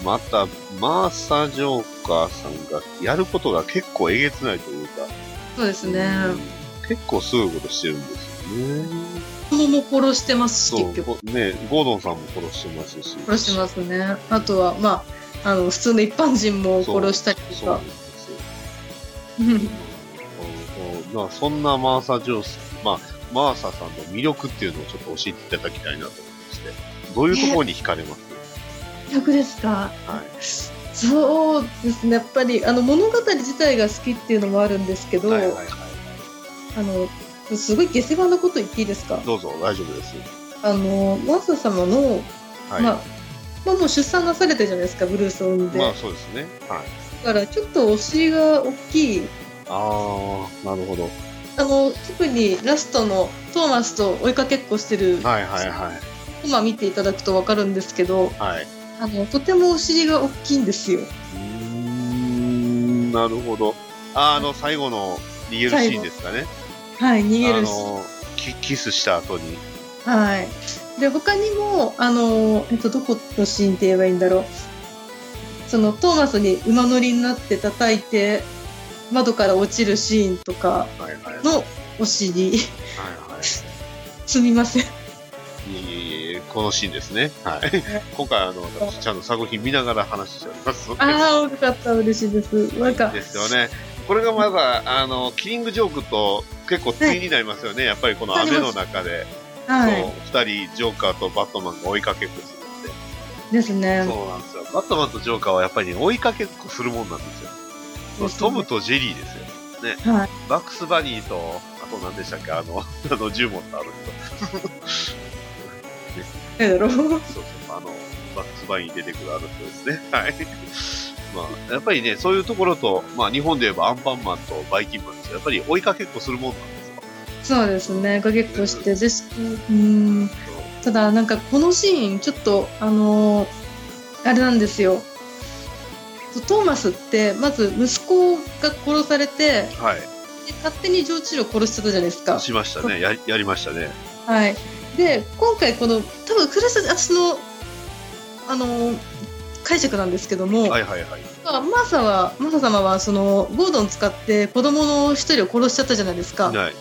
Speaker 1: また、マーサジョーカーさんがやることが結構えげつないというか、
Speaker 4: そうですね。
Speaker 1: うん結構すごいことしてるんですよね。
Speaker 4: 子供も殺してますし
Speaker 1: そう、
Speaker 4: 結局
Speaker 1: こね、ゴードンさんも殺してますし。
Speaker 4: 殺してますね。あとはまああの普通の一般人も殺したりと
Speaker 1: そうな
Speaker 4: か
Speaker 1: ん。ですよ。
Speaker 4: うん
Speaker 1: うんまあ、そんなマーサ・ジョース、まあ、マーサさんの魅力っていうのをちょっと教えていただきたいなと思いまして、どういうところに惹かれます、
Speaker 4: 逆ですか。
Speaker 1: はい。
Speaker 4: そうですねやっぱりあの物語自体が好きっていうのもあるんですけど、
Speaker 1: はいはいはいは
Speaker 4: あのすごい下世話なこと言っていいですか
Speaker 1: い。どうぞ、大丈夫です。
Speaker 4: あのマーサ様の、
Speaker 1: はい。
Speaker 4: まあまあ、もう出産なされたじゃないですかブルースを産んで、
Speaker 1: まあそうですね。はい。
Speaker 4: だからちょっとお尻が大きい
Speaker 1: ああ、なるほど。
Speaker 4: あの特にラストのトーマスと追いかけっこしてる
Speaker 1: はいはいはい。
Speaker 4: 今見ていただくと分かるんですけど
Speaker 1: はい。
Speaker 4: あのとてもお尻が大きいんですよ
Speaker 1: うーん、なるほど。あーあの、最後の逃げるシーンですかね。
Speaker 4: はい逃げるし、
Speaker 1: あのキ、キスした後に。
Speaker 4: はい。で、他にも、あの、えっと、どこのシーンって言えばいいんだろう。その、トーマスに馬乗りになって叩いて、窓から落ちるシーンとか
Speaker 1: はいはい。はいは
Speaker 4: のお尻。
Speaker 1: い。
Speaker 4: すみません。
Speaker 1: いえいえいえ、このシーンですね。 はい。今回、あの、私、ちゃんと作品見ながら話しております。
Speaker 4: ああ、多かった。嬉しいです。なんか、
Speaker 1: ですよね。これがまだ、あの、キリングジョークと結構対になりますよね。やっぱりこの雨の中で、そう、
Speaker 4: は
Speaker 1: 二人、ジョーカーとバットマンが追いかけっこするって。
Speaker 4: い。ですね。
Speaker 1: そうなんですよ。バットマンとジョーカーはやっぱりね追いかけっこするもんなんですよ。
Speaker 4: ですね
Speaker 1: トムとジェリーですよ。
Speaker 4: はい。
Speaker 1: バックスバニーと、あと何でしたっけあの、あの、ジュモンとある
Speaker 4: なんだろう。
Speaker 1: 人。そうそう、あの、バックスバニーに出てくるある人ですね。はい。まあ、やっぱりね、そういうところと、まあ、日本で言えばアンパンマンとバイキンマンですよやっぱり追いかけっこするもんなんですよ。
Speaker 4: そうですね。かけっこして、ジェシーうん。ただ、なんか、このシーン、ちょっと、あのーあれなんですよ。トーマスって、まず息子が殺されて、で
Speaker 1: はい。
Speaker 4: 勝手にジョー・チルを殺してたじゃないですか。
Speaker 1: しましたね。やり、やりましたね。
Speaker 4: はい。で、今回この、多分、クラス、私の、あのー解釈なんですけども、
Speaker 1: はいはいはい。
Speaker 4: まあマーサはマーサ様はそのゴードン使って子供の一人を殺しちゃったじゃないですか。
Speaker 1: はい。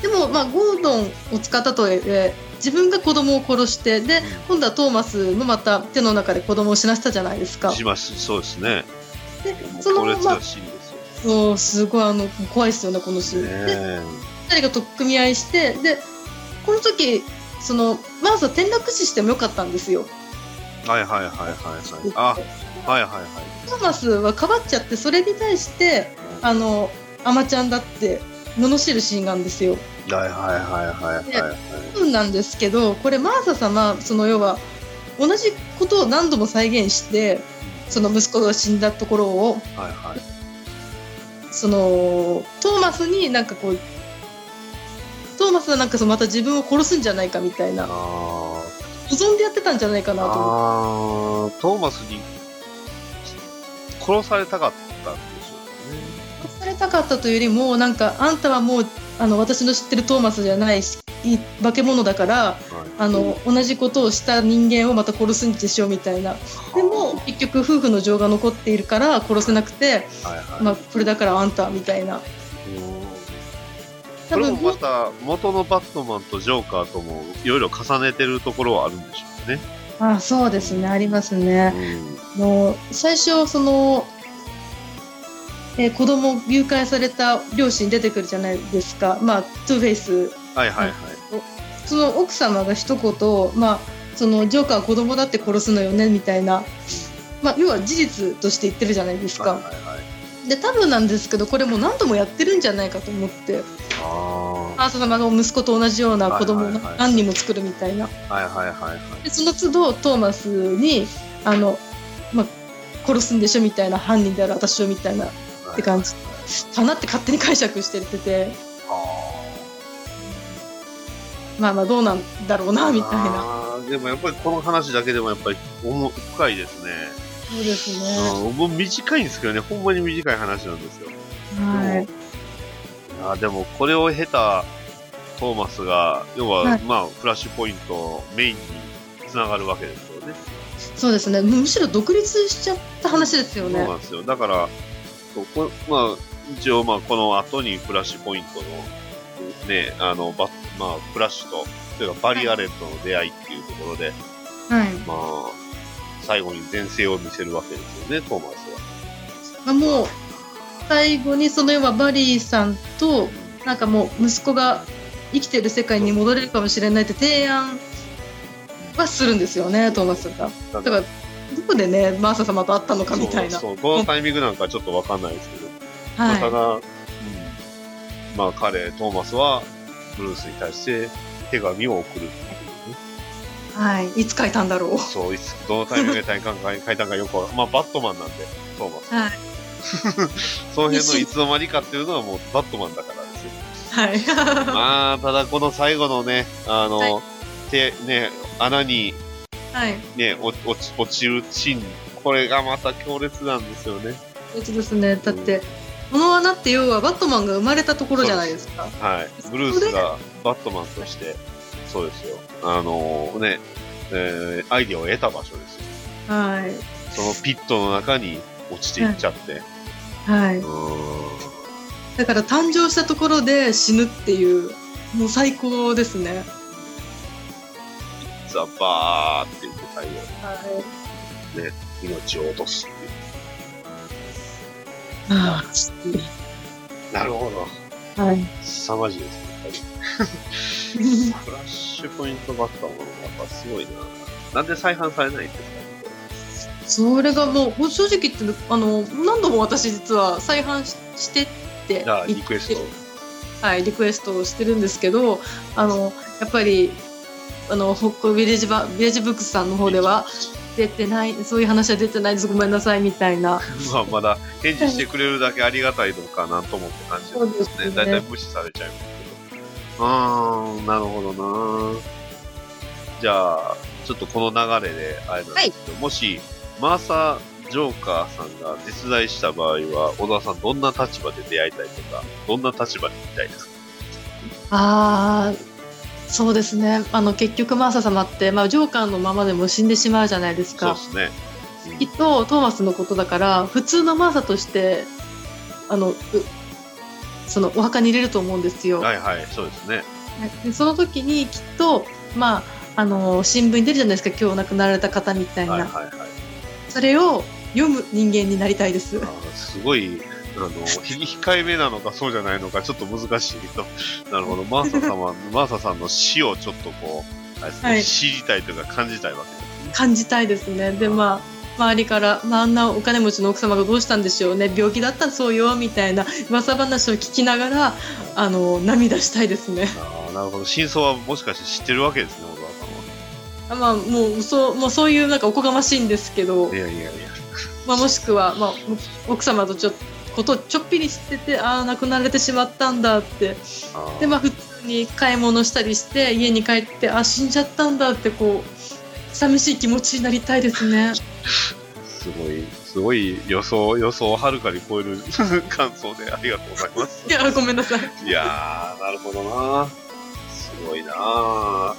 Speaker 4: でも、まあ、ゴードンを使ったとはいえ自分が子供を殺してで今度はトーマスのまた手の中で子供を死なせたじゃないですか
Speaker 1: します。そうですね。
Speaker 4: で
Speaker 1: もう
Speaker 4: その
Speaker 1: 強
Speaker 4: ま
Speaker 1: 烈な
Speaker 4: ま
Speaker 1: シーンですよね
Speaker 4: そうすごいあの怖いですよねこのシーン、で
Speaker 1: え。
Speaker 4: 2人が取っ組み合いしてでこの時そのマーサ転落死してもよかったんですよ
Speaker 1: はいはいはいはいはい。あ、はいはいはい。
Speaker 4: トーマスはかばっちゃってそれに対してあのアマちゃんだって罵るシーンがあるんですよ
Speaker 1: はいはいはいはいはい。
Speaker 4: 多分なんですけどこれマーサ様その要は同じことを何度も再現してその息子が死んだところを
Speaker 1: はいはい。
Speaker 4: そのトーマスになんかこうトーマスはなんかそのまた自分を殺すんじゃないかみたいな
Speaker 1: あ
Speaker 4: 保存でやってたんじゃないか
Speaker 1: ー
Speaker 4: なと思っ
Speaker 1: あー、トーマスに殺されたかったんでしょうかね。
Speaker 4: て殺されたかったというよりもなんかあんたはもうあの私の知ってるトーマスじゃないしいい化け物だから
Speaker 1: はい
Speaker 4: あの同じことをした人間をまた殺すんでしょうみたいなでも結局夫婦の情が残っているから殺せなくて、
Speaker 1: はいはい。
Speaker 4: まあ、これだからあんたみたいな
Speaker 1: うん
Speaker 4: 多
Speaker 1: それ
Speaker 4: 分
Speaker 1: もまた元のバットマンとジョーカーともいろいろ重ねてるところはあるんでしょうね。
Speaker 4: あそうですねありますねもう最初その、えー子供誘拐された両親出てくるじゃないですかまあトゥーフェイス
Speaker 1: はいはいはい。
Speaker 4: その奥様が一言、まあ、そのジョーカーは子供だって殺すのよねみたいな、まあ、要は事実として言ってるじゃないです
Speaker 1: はいは
Speaker 4: か
Speaker 1: い。はい。
Speaker 4: で多分なんですけどこれもう何度もやってるんじゃないかと思って
Speaker 1: あ
Speaker 4: アーサ様が息子と同じような子供を
Speaker 1: はいはいはい
Speaker 4: 何人も作るみたいな
Speaker 1: あ。はいはいはいはい。
Speaker 4: でその都度トーマスにあの、まあ、殺すんでしょみたいな犯人である私をみたいな
Speaker 1: はい
Speaker 4: って感じかなって勝手に解釈してってて
Speaker 1: あ
Speaker 4: まあまあどうなんだろうな
Speaker 1: ー
Speaker 4: みたいな
Speaker 1: あーでもやっぱりこの話だけでもやっぱり重深いですね。
Speaker 4: そうですね、
Speaker 1: うん、もう短いんですけどね、ほんまに短い話なんですよ。い
Speaker 4: はい、
Speaker 1: やーでもこれを経たトーマスが、要は、
Speaker 4: はい
Speaker 1: まあ、フラッシュポイントメインにつながるわけですよね。
Speaker 4: そうですねむむしろ独立しちゃった話ですよ
Speaker 1: そう
Speaker 4: ね
Speaker 1: なんですよ。だから、そうこまあ、一応、まあ、この後にフラッシュポイントの、ね、あの、バまあ、フラッシュと、というかバリアレントの出会いっていうところで、
Speaker 4: はい、
Speaker 1: まあ、最後に前世を見せるわけですよね、トーマスは。
Speaker 4: まあ、もう最後にその要はバリーさんとなんかもう息子が生きてる世界に戻れるかもしれないって提案はするんですよねトーマスが。だからどこでねマーサ様と会ったのかみたいな。
Speaker 1: そうそうこのタイミングなんかちょっとわかんないですけど、
Speaker 4: はい
Speaker 1: ただ、うんまあ、彼、トーマスは、ブルースに対して手紙を送るっていうね。
Speaker 4: はい、いつ書いたんだろう。
Speaker 1: そう、いつ、どのタイミングで体感会書いたんかよくわかんまあ、バットマンなんで、トーマス。
Speaker 4: はい、
Speaker 1: その辺のいつの間にかっていうのはもうバットマンだからですよ。
Speaker 4: はい、
Speaker 1: まあ、ただこの最後のね、あの、
Speaker 4: は
Speaker 1: 手、ね、穴に
Speaker 4: はい、
Speaker 1: ね、お落ち、落ちるシーン、これがまた強烈なんですよね。
Speaker 4: そうですね。だってこの穴って要はバットマンが生まれたところじゃないですか。
Speaker 1: はい。
Speaker 4: そ
Speaker 1: ブ
Speaker 4: こで
Speaker 1: ルースがバットマンとして、そうですよ。あのね、えーアイディアを得た場所ですよ。
Speaker 4: はい、
Speaker 1: そのピットの中に落ちていっちゃって。
Speaker 4: は
Speaker 1: う
Speaker 4: い。
Speaker 1: ーん
Speaker 4: だから誕生したところで死ぬっていうもう最高ですね。
Speaker 1: ザバーって言って最後、
Speaker 4: はい。
Speaker 1: 命を落とすっていう。
Speaker 4: あ
Speaker 1: なるほど。
Speaker 4: あはい。
Speaker 1: 凄まじいですね、やっぱり。フラッシュポイントバッターもやっぱすごいな。なんで再販されないんですかねこ
Speaker 4: それがもうもう正直言ってあの何度も私実は再販ししてって
Speaker 1: れ。あ、
Speaker 4: 言
Speaker 1: リ
Speaker 4: っ
Speaker 1: クエスト。
Speaker 4: はい、リクエストをしてるんですけどあのやっぱりあのほこビレッジバビレッジブックスさんの方では出てないそういう話は出てないですごめんなさいみたいな
Speaker 1: まあ、まだ返事してくれるだけありがたいのかなと思って感じなんです
Speaker 4: そう
Speaker 1: ね。
Speaker 4: ですね
Speaker 1: だいたい無視されちゃいますけど。あー、なるほどな。じゃあ、ちょっとこの流れで、あれなんですけど、もし、マーサー・ジョーカーさんが実在した場合は、小沢さんどんな立場で出会いたいとか、どんな立場でいたいですか
Speaker 4: あーそうですねあの結局マーサ様って、まあ、ジョーカーのままでも死んでしまうじゃないです
Speaker 1: そう
Speaker 4: か
Speaker 1: ですね。
Speaker 4: きっとトーマスのことだから普通のマーサとしてあのうそのお墓に入れると思うんですよ。
Speaker 1: はいはい、そうですね。
Speaker 4: でその時にきっと、まあ、あの新聞に出るじゃないですか今日亡くなられた方みたいな、
Speaker 1: はいはいはい。
Speaker 4: それを読む人間になりたいです
Speaker 1: あ。ーすごい、あの、ひ控えめなのかそうじゃないのか、ちょっと 難しいけど、なるほど、マーサ 様、マーサさんの死をちょっとこう、あれですね
Speaker 4: はい
Speaker 1: 知りたいというか感じたいわけですね。
Speaker 4: 感じたいですねでまあ周りから、まあ、あんなお金持ちの奥様がどうしたんでしょうね病気だったそうよみたいな噂話を聞きながらあの涙したいですね。
Speaker 1: あーなるほど、真相はもしかして知ってるわけですね、小沢さん
Speaker 4: あまあもうそうもうそういうなんかおこがましいんですけど
Speaker 1: は。い、やいやいや。
Speaker 4: まあ、もしくは、まあ、奥様とちょことをちょっぴり知っててああ亡くなられてしまったんだって
Speaker 1: あー
Speaker 4: でまあ普通に買い物したりして家に帰ってあ死んじゃったんだってこう寂しい気持ちになりたいですね。
Speaker 1: すごい、すごい予想、予想をはるかに超える 感想でありがとうございます。
Speaker 4: いやごめんなさい。
Speaker 1: いやー、なるほどなすごいなあ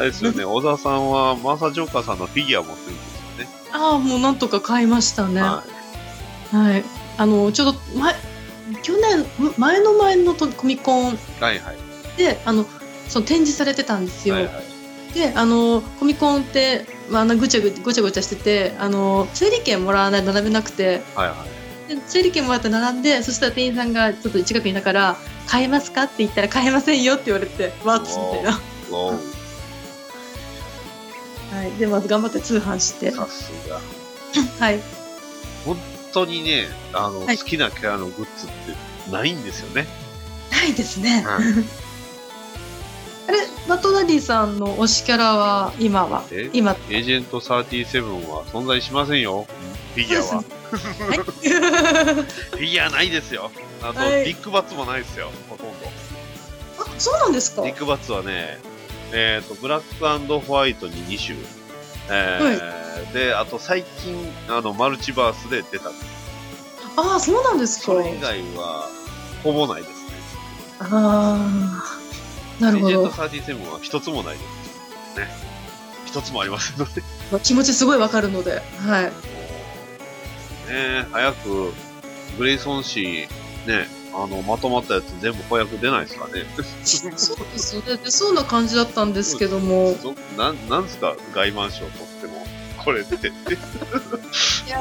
Speaker 1: れですよね、小沢さんはマーサジョーカーさんのフィギュア持ってるんですよね。
Speaker 4: ああもうなんとか買いましたね。
Speaker 1: は
Speaker 4: はいい、あのちょっと前去年む前の前のとコミコン
Speaker 1: はいはい。
Speaker 4: であのその展示されてたんですよ。
Speaker 1: はいはい
Speaker 4: であのコミコンって、まあ、あのぐちゃぐごちゃごちゃしててあの整理券もらわないと並べなくて
Speaker 1: はいはい。
Speaker 4: で整理券もらって並んでそしたら店員さんがちょっと近くにいたから「買えますか?」って言ったら「買えませんよ」って言われて「わっ」みたいな、は
Speaker 1: おう
Speaker 4: い、でまず頑張って通販して
Speaker 1: さすが。
Speaker 4: はい
Speaker 1: 本当にね、あの、
Speaker 4: はい
Speaker 1: 好きなキャラのグッズってないんですよね。
Speaker 4: ないですね、
Speaker 1: はい
Speaker 4: あれマトナリーさんの推しキャラは今は
Speaker 1: え
Speaker 4: 今
Speaker 1: エージェント37は存在しませんよ。フィギュア は。
Speaker 4: はい
Speaker 1: フィギュアないですよ。あと、
Speaker 4: はい
Speaker 1: ビッグバッツもないですよ、ほとんど。
Speaker 4: あそうなんですか
Speaker 1: ビッグバッツはね、えー、とブラックホワイトに2種、えーであと最近あのマルチバースで出たんです
Speaker 4: ああそうなんですか
Speaker 1: それ以外はほぼないですね
Speaker 4: ああなるほ
Speaker 1: レジェンド
Speaker 4: ど
Speaker 1: 37は一つもないですね一つもありませんのでね
Speaker 4: 気持ちすごいわかるのではい
Speaker 1: え早くグレイソン氏ねあのまとまったやつ全部子役出ないですかね
Speaker 4: そうですよね。出そうな感じだったんですけども。
Speaker 1: どなんなんですか外満賞取ってもこれって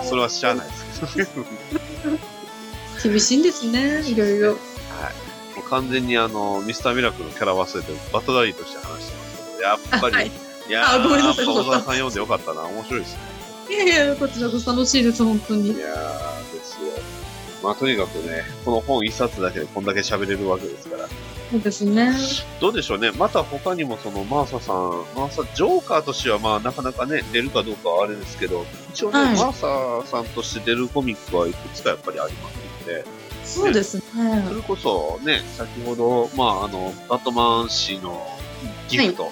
Speaker 1: それは知らないです けど
Speaker 4: 厳しいんですね。いろいろ。
Speaker 1: もう完全にあの、ミスターミラクルのキャラ忘れて、バトダリーとして話してますけど、やっぱり、
Speaker 4: はいい、
Speaker 1: やー
Speaker 4: あごめんなさい
Speaker 1: やっぱ小沢さん読んでよかったな、面白いですね。
Speaker 4: いやいや、こちらこそ楽しいです、本当
Speaker 1: い
Speaker 4: に。
Speaker 1: やー、ですよ。まあ、とにかくね、この本一冊だけでこんだけ喋れるわけですから。
Speaker 4: そうですね。
Speaker 1: どうでしょうね、また他にもその、マーサさん、マーサ、ジョーカーとしてはまあ、なかなかね、出るかどうかはあれですけど、一応ね、
Speaker 4: はい
Speaker 1: マーサさんとして出るコミックはいくつかやっぱりありますので、
Speaker 4: そうですね。
Speaker 1: それこそね、先ほど、まあ、あの、バットマン氏のギフト、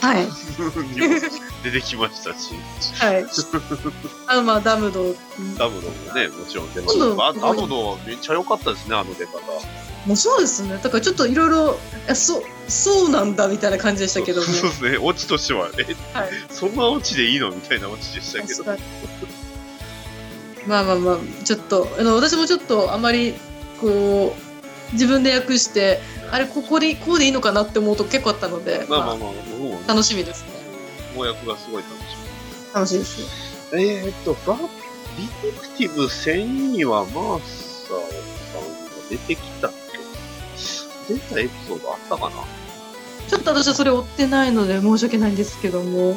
Speaker 4: はい。
Speaker 1: にも 出てきましたし、
Speaker 4: はい。あの、まあ、ダムド。
Speaker 1: ダムドもね、もちろん出ましたあダムドめっちゃ良かったですね、あの出方。
Speaker 4: もうそうですね。だからちょっといろいろ、あそう、そうなんだみたいな感じでしたけ ども。
Speaker 1: そうですね、オチとしては、え、
Speaker 4: はい。
Speaker 1: そんなオチでいいのみたいなオチでしたけ
Speaker 4: 確
Speaker 1: ど。
Speaker 4: かにまあまあまあ、ちょっと、あの、私もちょっとあまり、こう、自分で訳して、あれ、ここで、こうでいいのかなって思うと結構あったので、
Speaker 1: まあまあまあ、僕もね、
Speaker 4: 楽しみですね。
Speaker 1: 公約がすごい楽し
Speaker 4: 楽しいですね。
Speaker 1: み。えーっと、バディテクティブ1000にはマーサーさんが出てきたっけ出たエピソードあったかな
Speaker 4: ちょっと私はそれ追ってないので申し訳ないんですけども。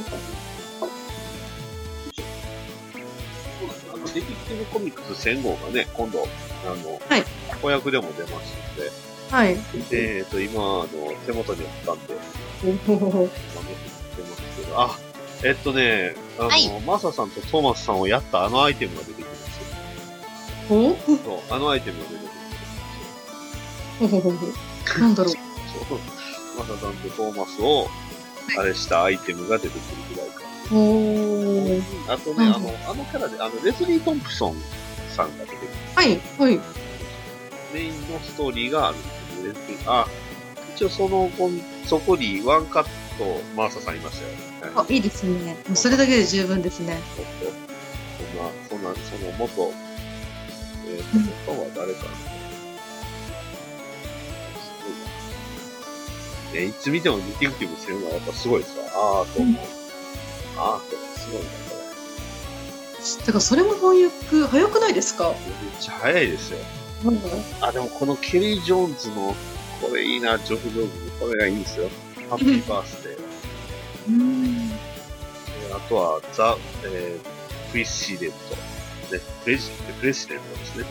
Speaker 1: あの、ディティクティブコミックス1000号がね、今度、あの、
Speaker 4: はい
Speaker 1: 公約でも出ますので、
Speaker 4: はい。
Speaker 1: えー、と、今、あの、手元にあったんで、今見てますけど、あ、えっとね、あの、
Speaker 4: はい
Speaker 1: マサさんとトーマスさんをやったあのアイテムが出てきます よ。
Speaker 4: おほ
Speaker 1: そう、あのアイテムが出てきま
Speaker 4: ほほほほ。なんだろう。
Speaker 1: す。そう、マサさんとトーマスを、あれしたアイテムが出てくるぐらいか。
Speaker 4: おー。
Speaker 1: あと
Speaker 4: う
Speaker 1: ね、
Speaker 4: ん
Speaker 1: あの、あのキャラで、あの、レスリー・トンプソンさんが出てくる。
Speaker 4: はい、はい。
Speaker 1: メインのストーリーがあるんですよね。あ、一応その、そこにワンカット、マーサさんいましたよ。はい
Speaker 4: あ、いいですね。もうそれだけで十分ですね。
Speaker 1: もまあ、そんな、その元、えー、と、元は誰かな。すごいな。ね、いつ見ても似てるってもするのはやっぱすごいですわ。アートも、アートもすごいな、これ。
Speaker 4: だからそれも翻訳早くないですか、
Speaker 1: めっちゃ早いですよ。あ、でもこのケリー・ジョーンズの、これいいな、ジョフ・ジョーンズの、これがいいんですよ。ハッピーバースデー。
Speaker 4: うん
Speaker 1: えーあとは、ザ・えープレシデント、ね、プレジプレシデントですね。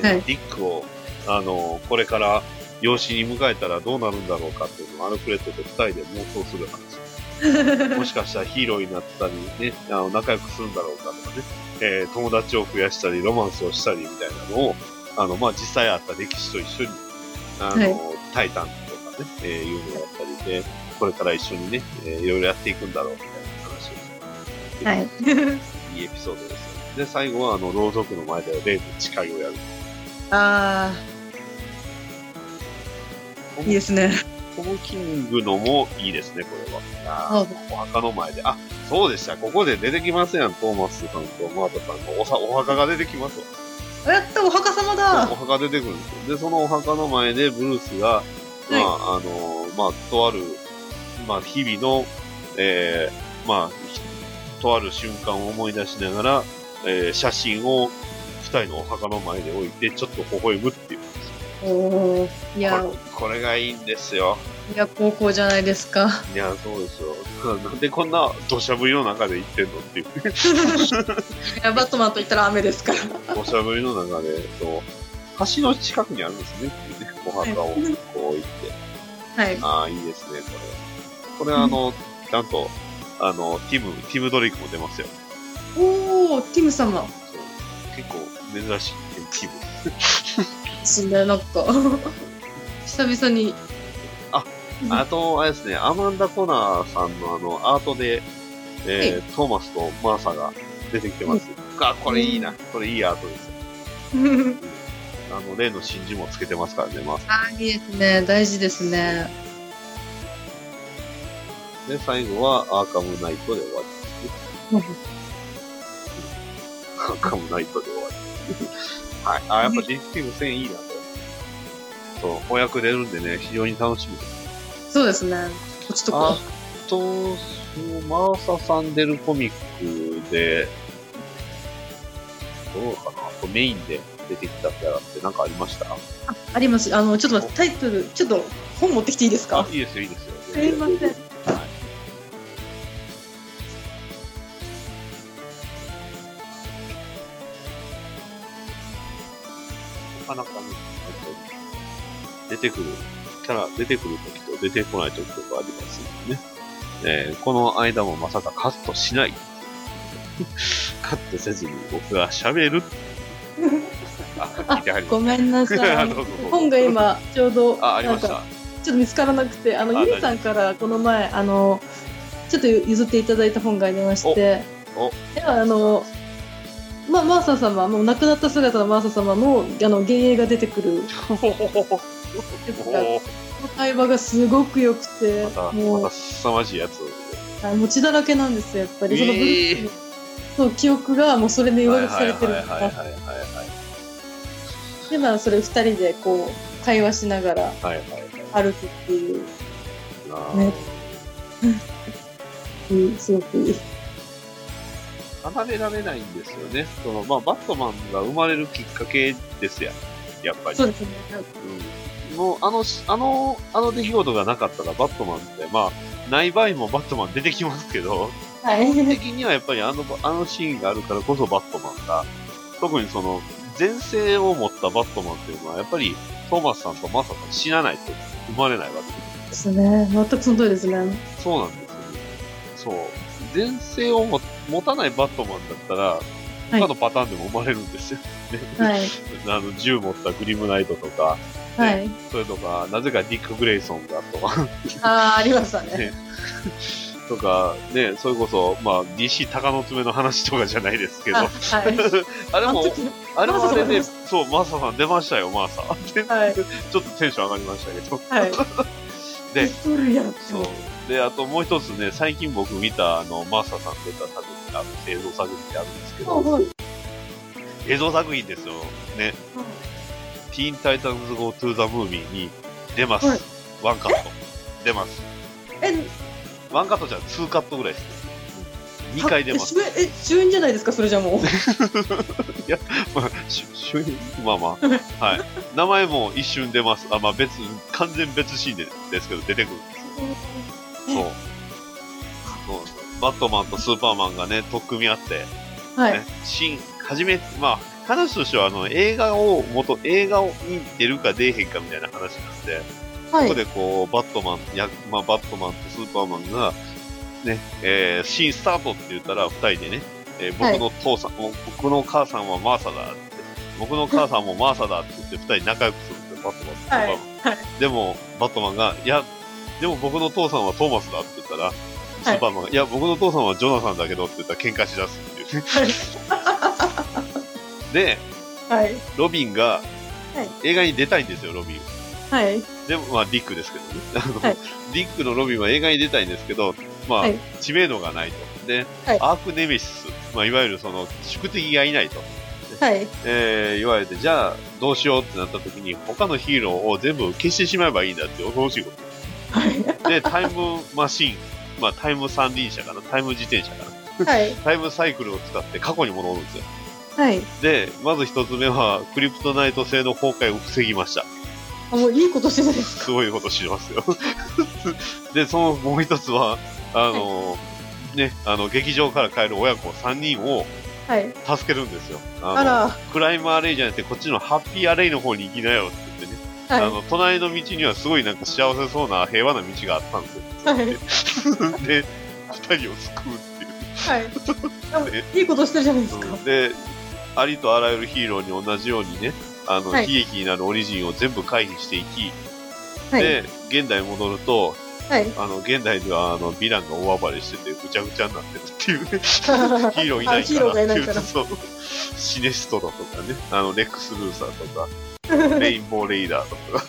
Speaker 1: で
Speaker 4: はい
Speaker 1: ディックを、あの、これから養子に迎えたらどうなるんだろうかっていうのをアルフレッドと二人で妄想する話。 もしかしたらヒーローになったり、ね、あの仲良くするんだろうかとかね、えー友達を増やしたり、ロマンスをしたりみたいなのを、あの、まあ、実際あった歴史と一緒に、あの、
Speaker 4: はい
Speaker 1: タイタンとかね、えーいうのをやったりで、これから一緒にね、えーいろいろやっていくんだろうみたいな話を
Speaker 4: はい
Speaker 1: いいエピソードですよ。で、最後は、あの、ろうそくの前で例の誓いをやる。
Speaker 4: ああいいですね
Speaker 1: トム・キングのもいいですね、これは。あ
Speaker 4: あ
Speaker 1: ーお墓の前で。あ、そうでした。ここで出てきますやん、トーマスさんとマータさんのおさお墓が出てきますわ。
Speaker 4: やったお墓様だ
Speaker 1: お墓出てくるんですよ。で、そのお墓の前で、ブルースが、まあ、あの、まあ、とある、まあ、日々の、えー、まあ、ひとある瞬間を思い出しながら、えー写真を二人のお墓の前で置いて、ちょっと微笑むっていう。
Speaker 4: おーいや
Speaker 1: これこれがいいんですよ。
Speaker 4: いや高校じゃないですか
Speaker 1: いや、そうですよ。 なんでこんな土砂降りの中で行ってんのっていう。
Speaker 4: いやバットマンと言ったら雨ですから
Speaker 1: 土砂降りの中で、そう、橋の近くにあるんですねっていうね、お墓をこう行って。
Speaker 4: はい
Speaker 1: ああ、いいですね、これ。これはあの、ちゃんと、あの、ティム、ティムドレイクも出ますよ。
Speaker 4: おおティム様
Speaker 1: そう結構珍しい、ティム。
Speaker 4: 死んだよなんか 久々に
Speaker 1: あと、あれですね、アマンダ・コナーさんのあの、アートで、えートーマスとマーサが出てきてます。あ、これいいな。これいいアートですよ。あの、例の真珠もつけてますからね、マーサ。
Speaker 4: あーいいですね大事ですね
Speaker 1: で、最後はアーカムナイトで終わりですね。アーカムナイトで終わりです。はい。あ、やっぱディティブ1000いいなと。そう、翻訳出るんでね、非常に楽しみです。
Speaker 4: そうですねこっちと
Speaker 1: あ
Speaker 4: か
Speaker 1: と、そのマーサさん出るコミックで、どうかなあとメインで出てきたキャラって何かありました
Speaker 4: あありますあのちょっと待ってタイトルちょっと本持ってきていいですか
Speaker 1: あ、いいですよ、いいですよ。
Speaker 4: すいません
Speaker 1: はいなかなかね、あの出てくる、キャラ、出てくる時と出てこない時とかありますんでね。えーこの間もまさかカットしない。 カットせずに僕が喋 る。あ、やはり。
Speaker 4: ごめんなさ
Speaker 1: あ
Speaker 4: い
Speaker 1: どうぞどうぞ
Speaker 4: 本が今ちょうど
Speaker 1: あ、あり
Speaker 4: な
Speaker 1: ま
Speaker 4: ん
Speaker 1: した
Speaker 4: か。 ちょっと見つからなくてあの
Speaker 1: あ
Speaker 4: ゆりさんからこの前あのちょっと譲っていただいた本がありまして
Speaker 1: おお
Speaker 4: ではあのまあ、マーサ様もう亡くなった姿のマーサ様のあの幻影が出てくるやつ
Speaker 1: お
Speaker 4: が
Speaker 1: ー
Speaker 4: 会話がすごく良くて
Speaker 1: また、
Speaker 4: もう
Speaker 1: また凄まじいやつ。
Speaker 4: はい持ちだらけなんですよやっぱり、そのブル
Speaker 1: ええ
Speaker 4: ースのそう記憶がもうそれで上書きされてる
Speaker 1: はい
Speaker 4: の
Speaker 1: はいは
Speaker 4: が
Speaker 1: いは
Speaker 4: でまあそれ2人でこう会話しながら
Speaker 1: いはいはいはいはい
Speaker 4: 歩くっていう、
Speaker 1: あ
Speaker 4: ね
Speaker 1: ー
Speaker 4: うんすごくいい
Speaker 1: 離れられないんですよね。そのまあバットマンが生まれるきっかけですやん。やっぱり。
Speaker 4: そうですね
Speaker 1: うんもうあのしあのあの出来事がなかったらバットマンってまあない場合もバットマン出てきますけど、
Speaker 4: はい
Speaker 1: 的にはやっぱりあのあのシーンがあるからこそバットマンが特にその前世を持ったバットマンっていうのはやっぱりトーマスさんとマサさん死なないと生まれないわけです。
Speaker 4: ですね。全くその通りですね。
Speaker 1: そうなんですよね。そう。前世をも持たないバットマンだったら、
Speaker 4: い
Speaker 1: 他のパターンでも生まれるんですよ。ね
Speaker 4: はい。
Speaker 1: あの銃持ったグリムナイトとか、
Speaker 4: はい。
Speaker 1: それとか、なぜかディック・グレイソンだとか、
Speaker 4: ああ、ありましたね。
Speaker 1: ねとか、ね、それこそ、まあ、DC 鷹の爪の話とかじゃないですけど、
Speaker 4: あ
Speaker 1: あ
Speaker 4: はい。
Speaker 1: れ
Speaker 4: あの
Speaker 1: も、
Speaker 4: 時の
Speaker 1: あれもあれで、
Speaker 4: マサ
Speaker 1: そう、マーサさん出ましたよ、マーサ。
Speaker 4: はい
Speaker 1: ちょっとテンション上がりましたけど。
Speaker 4: はい。
Speaker 1: で
Speaker 4: しとるやんって
Speaker 1: そう。で、あともう一つね、最近僕見た、あの、マーサさん出た作品があるんです、映像作品ってあるんですけど、
Speaker 4: はい
Speaker 1: 映像作品ですよ。ね。ティーンタイタンズ Go to the Movie に出ます。
Speaker 4: はい
Speaker 1: ワンカット。出ます。
Speaker 4: え
Speaker 1: ワンカットじゃツーカットぐらいですね。2回出ます。
Speaker 4: え主演え主演じゃないですかそれじゃもう
Speaker 1: まあ、ししゅ まあまあ。はい。名前も一瞬出ます。あ、まあ別、完全別シーンでですけど、出てくるんですよ。そう。そうなんですよバットマンとスーパーマンがね、取っ組み合って、
Speaker 4: はい
Speaker 1: ね、新、はじめ、まあ、話としては、あの、映画を、元、映画に出るか出えへんかみたいな話なんで、
Speaker 4: は
Speaker 1: そ
Speaker 4: い
Speaker 1: こでこう、バットマン、や、まあ、バットマンとスーパーマンが、ね、えーシーンスタートって言ったら、二人でね、えー
Speaker 4: はい
Speaker 1: 僕の父さん、もう僕の母さんはマーサだって、僕の母さんもマーサだって言って、二人仲良くするんですよ、バットマンとスーパ
Speaker 4: は
Speaker 1: ー
Speaker 4: い
Speaker 1: マン。でも、バットマンが、いや、でも僕の父さんはトーマスだって言ったら、スーパーマンが、いや、僕の父さんはジョナサンだけどって言ったら喧嘩しだすっていうね。 で、
Speaker 4: はい
Speaker 1: ロビンが、
Speaker 4: はい
Speaker 1: 映画に出たいんですよ、ロビン。
Speaker 4: はい
Speaker 1: でも、まあ、ディックですけどね。あの
Speaker 4: はい
Speaker 1: ディックのロビンは映画に出たいんですけど、まあ、
Speaker 4: はい
Speaker 1: 知名度がないと。で、
Speaker 4: はい
Speaker 1: アークネメシス、まあ、いわゆるその、宿敵がいないと、
Speaker 4: はい
Speaker 1: えー、言われて、じゃあ、どうしようってなった時に、他のヒーローを全部消してしまえばいいんだって、恐ろしいこと。
Speaker 4: はい
Speaker 1: で、タイムマシン、まあ、タイム三輪車かな、タイム自転車かな、
Speaker 4: はい
Speaker 1: タイムサイクルを使って過去に戻るんですよ。
Speaker 4: はい
Speaker 1: で、まず一つ目は、クリプトナイト製の崩壊を防ぎました。
Speaker 4: あもういいことしてるんです
Speaker 1: すごいことしますよ。 で、そのもう一つは、あの、ね、あの、劇場から帰る親子3人を
Speaker 4: はい
Speaker 1: 助けるんですよ。あの
Speaker 4: あら
Speaker 1: クライムアレイじゃなくて、こっちのハッピーアレイの方に行きなよって言ってね、あ
Speaker 4: は
Speaker 1: の、隣の道にはすごいなんか幸せそうな平和な道があったんですよ。
Speaker 4: いは い
Speaker 1: で、二人を救うっていう。
Speaker 4: はい あもういいことしてるじゃないですか
Speaker 1: うんで、ありとあらゆるヒーローに同じようにね、あの、
Speaker 4: はい
Speaker 1: 悲劇になるオリジンを全部回避していき、
Speaker 4: はい
Speaker 1: で、現代に戻ると、
Speaker 4: はい
Speaker 1: あの、現代では、あの、ヴィランが大暴れしてて、ぐちゃぐちゃになってるって いうね、ヒーローいないから。
Speaker 4: あヒーローがいないから
Speaker 1: そう。シネストロとかね、あの、レックス・ルーサーとか、レインボー・レイダーとか。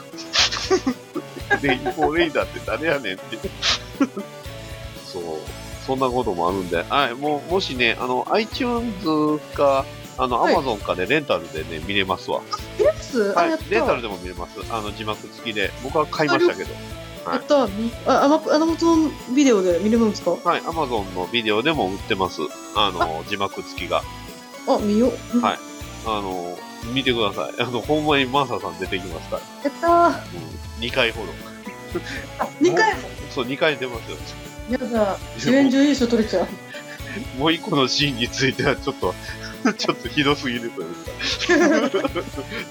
Speaker 1: レインボー・レイダーって誰やねんって。そう。そんなこともあるんで、はい、もう、もしね、あの、iTunes か、あの、
Speaker 4: はい
Speaker 1: Amazon かで、レンタルでね、見れますわ。
Speaker 4: レックスあ
Speaker 1: は
Speaker 4: や
Speaker 1: い
Speaker 4: っ、
Speaker 1: レンタ
Speaker 4: た
Speaker 1: ルでも見れます。あの、字幕付きで。僕は買いましたけど。
Speaker 4: やったみあアマプアマゾンビデオで見れるんですか
Speaker 1: はい、アマゾンのビデオでも売ってます。あの、字幕付きが。
Speaker 4: あ見よう
Speaker 1: はいあの、見てください。あの、ほんまにマーサさん出てきますから。
Speaker 4: やったーあ
Speaker 1: うん、2回ほど。
Speaker 4: 二回も
Speaker 1: そう、2回出ますよ。
Speaker 4: やだ主演女優賞取れちゃう
Speaker 1: もう1個のシーンについては、ちょっと、 ちょっとひどすぎるというか。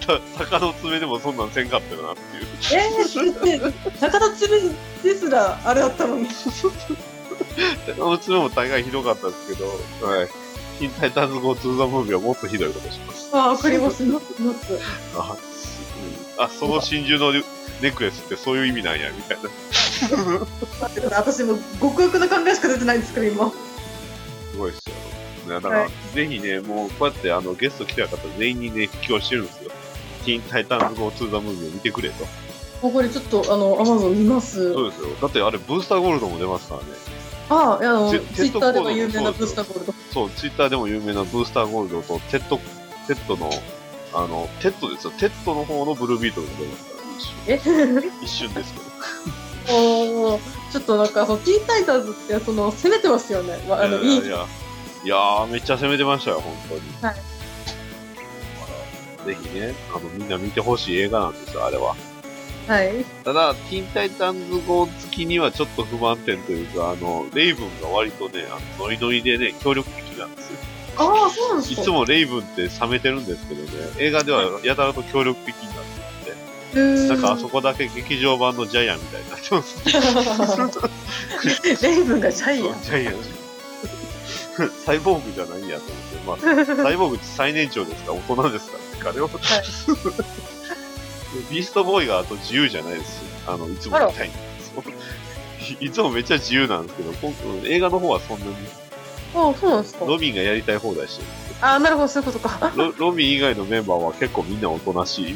Speaker 1: た、鷹の爪でもそんなんせんかったよなっていう。
Speaker 4: ええ中田つるですらあれだったのに
Speaker 1: 鷹の爪も大概ひどかったですけど、はい。ヒンタイタンズ・ゴー・ツー・ザ・ムービーはもっとひどいことします。
Speaker 4: あわかりますノッツノッツ
Speaker 1: あ、うんあその真珠のネックレスってそういう意味なんや、みたいな。
Speaker 4: 私も極悪な考えしか出てないんですから今
Speaker 1: すごいですよ。いやだから、
Speaker 4: はい
Speaker 1: ぜひね、もうこうやってあのゲスト来た方全員にね、布教してるんですよ。ティーンタイタンズ・ゴー・ツー・ザ・ムービーを見てくれと。
Speaker 4: もうこれちょっとあのアマゾン見ます
Speaker 1: そうですよ。だってあれ、ブースターゴールドも出ますからね。
Speaker 4: ああいやあの
Speaker 1: テ
Speaker 4: ツ
Speaker 1: テ
Speaker 4: イ
Speaker 1: ストコ
Speaker 4: ッタ
Speaker 1: ード
Speaker 4: ーで
Speaker 1: も
Speaker 4: も有名な
Speaker 1: そう
Speaker 4: ブー
Speaker 1: で
Speaker 4: ス
Speaker 1: すよ
Speaker 4: ターゴールド
Speaker 1: そう、ツイッターでも有名なブースターゴールドと、テッド、テッドの、あの、テッドですよ。テッドの方のブルービートルも出ますから、
Speaker 4: え
Speaker 1: 一瞬。一瞬ですけど。
Speaker 4: おーちょっとなんかそのティーンタイターズってその攻めてますよねわあのい
Speaker 1: い
Speaker 4: い
Speaker 1: やいやいやー、めっちゃ攻めてましたよ、本当に。だ
Speaker 4: はい
Speaker 1: から。ぜひね、あの、みんな見てほしい映画なんですよ、あれは。
Speaker 4: はい
Speaker 1: ただ、ティーンタイタンズ号付きにはちょっと不満点というか、あの、レイブンが割とね、あのノリノリでね、協力的なんですよ。
Speaker 4: ああそうなんです
Speaker 1: い
Speaker 4: か
Speaker 1: つもレイブンって冷めてるんですけどね、映画ではやたらと協力的になって、
Speaker 4: うーん
Speaker 1: なんかあそこだけ劇場版のジャイアンみたいになってます。
Speaker 4: レイブンがジャ
Speaker 1: ジ
Speaker 4: イアン
Speaker 1: ャイアン。 サイボーグじゃないんやと思って、まあ、サイボーグって最年長ですから、大人ですからね、彼は。 ビーストボーイがあと自由じゃないですよ。あの、いつもみたいに。そういつもめっちゃ自由なんですけど、今回映画の方はそんなに、
Speaker 4: ああそうなんですか
Speaker 1: ロビンがやりたい放題してる。
Speaker 4: ああなるほどそういうことか
Speaker 1: ロロビン以外のメンバーは結構みんなおとなしい。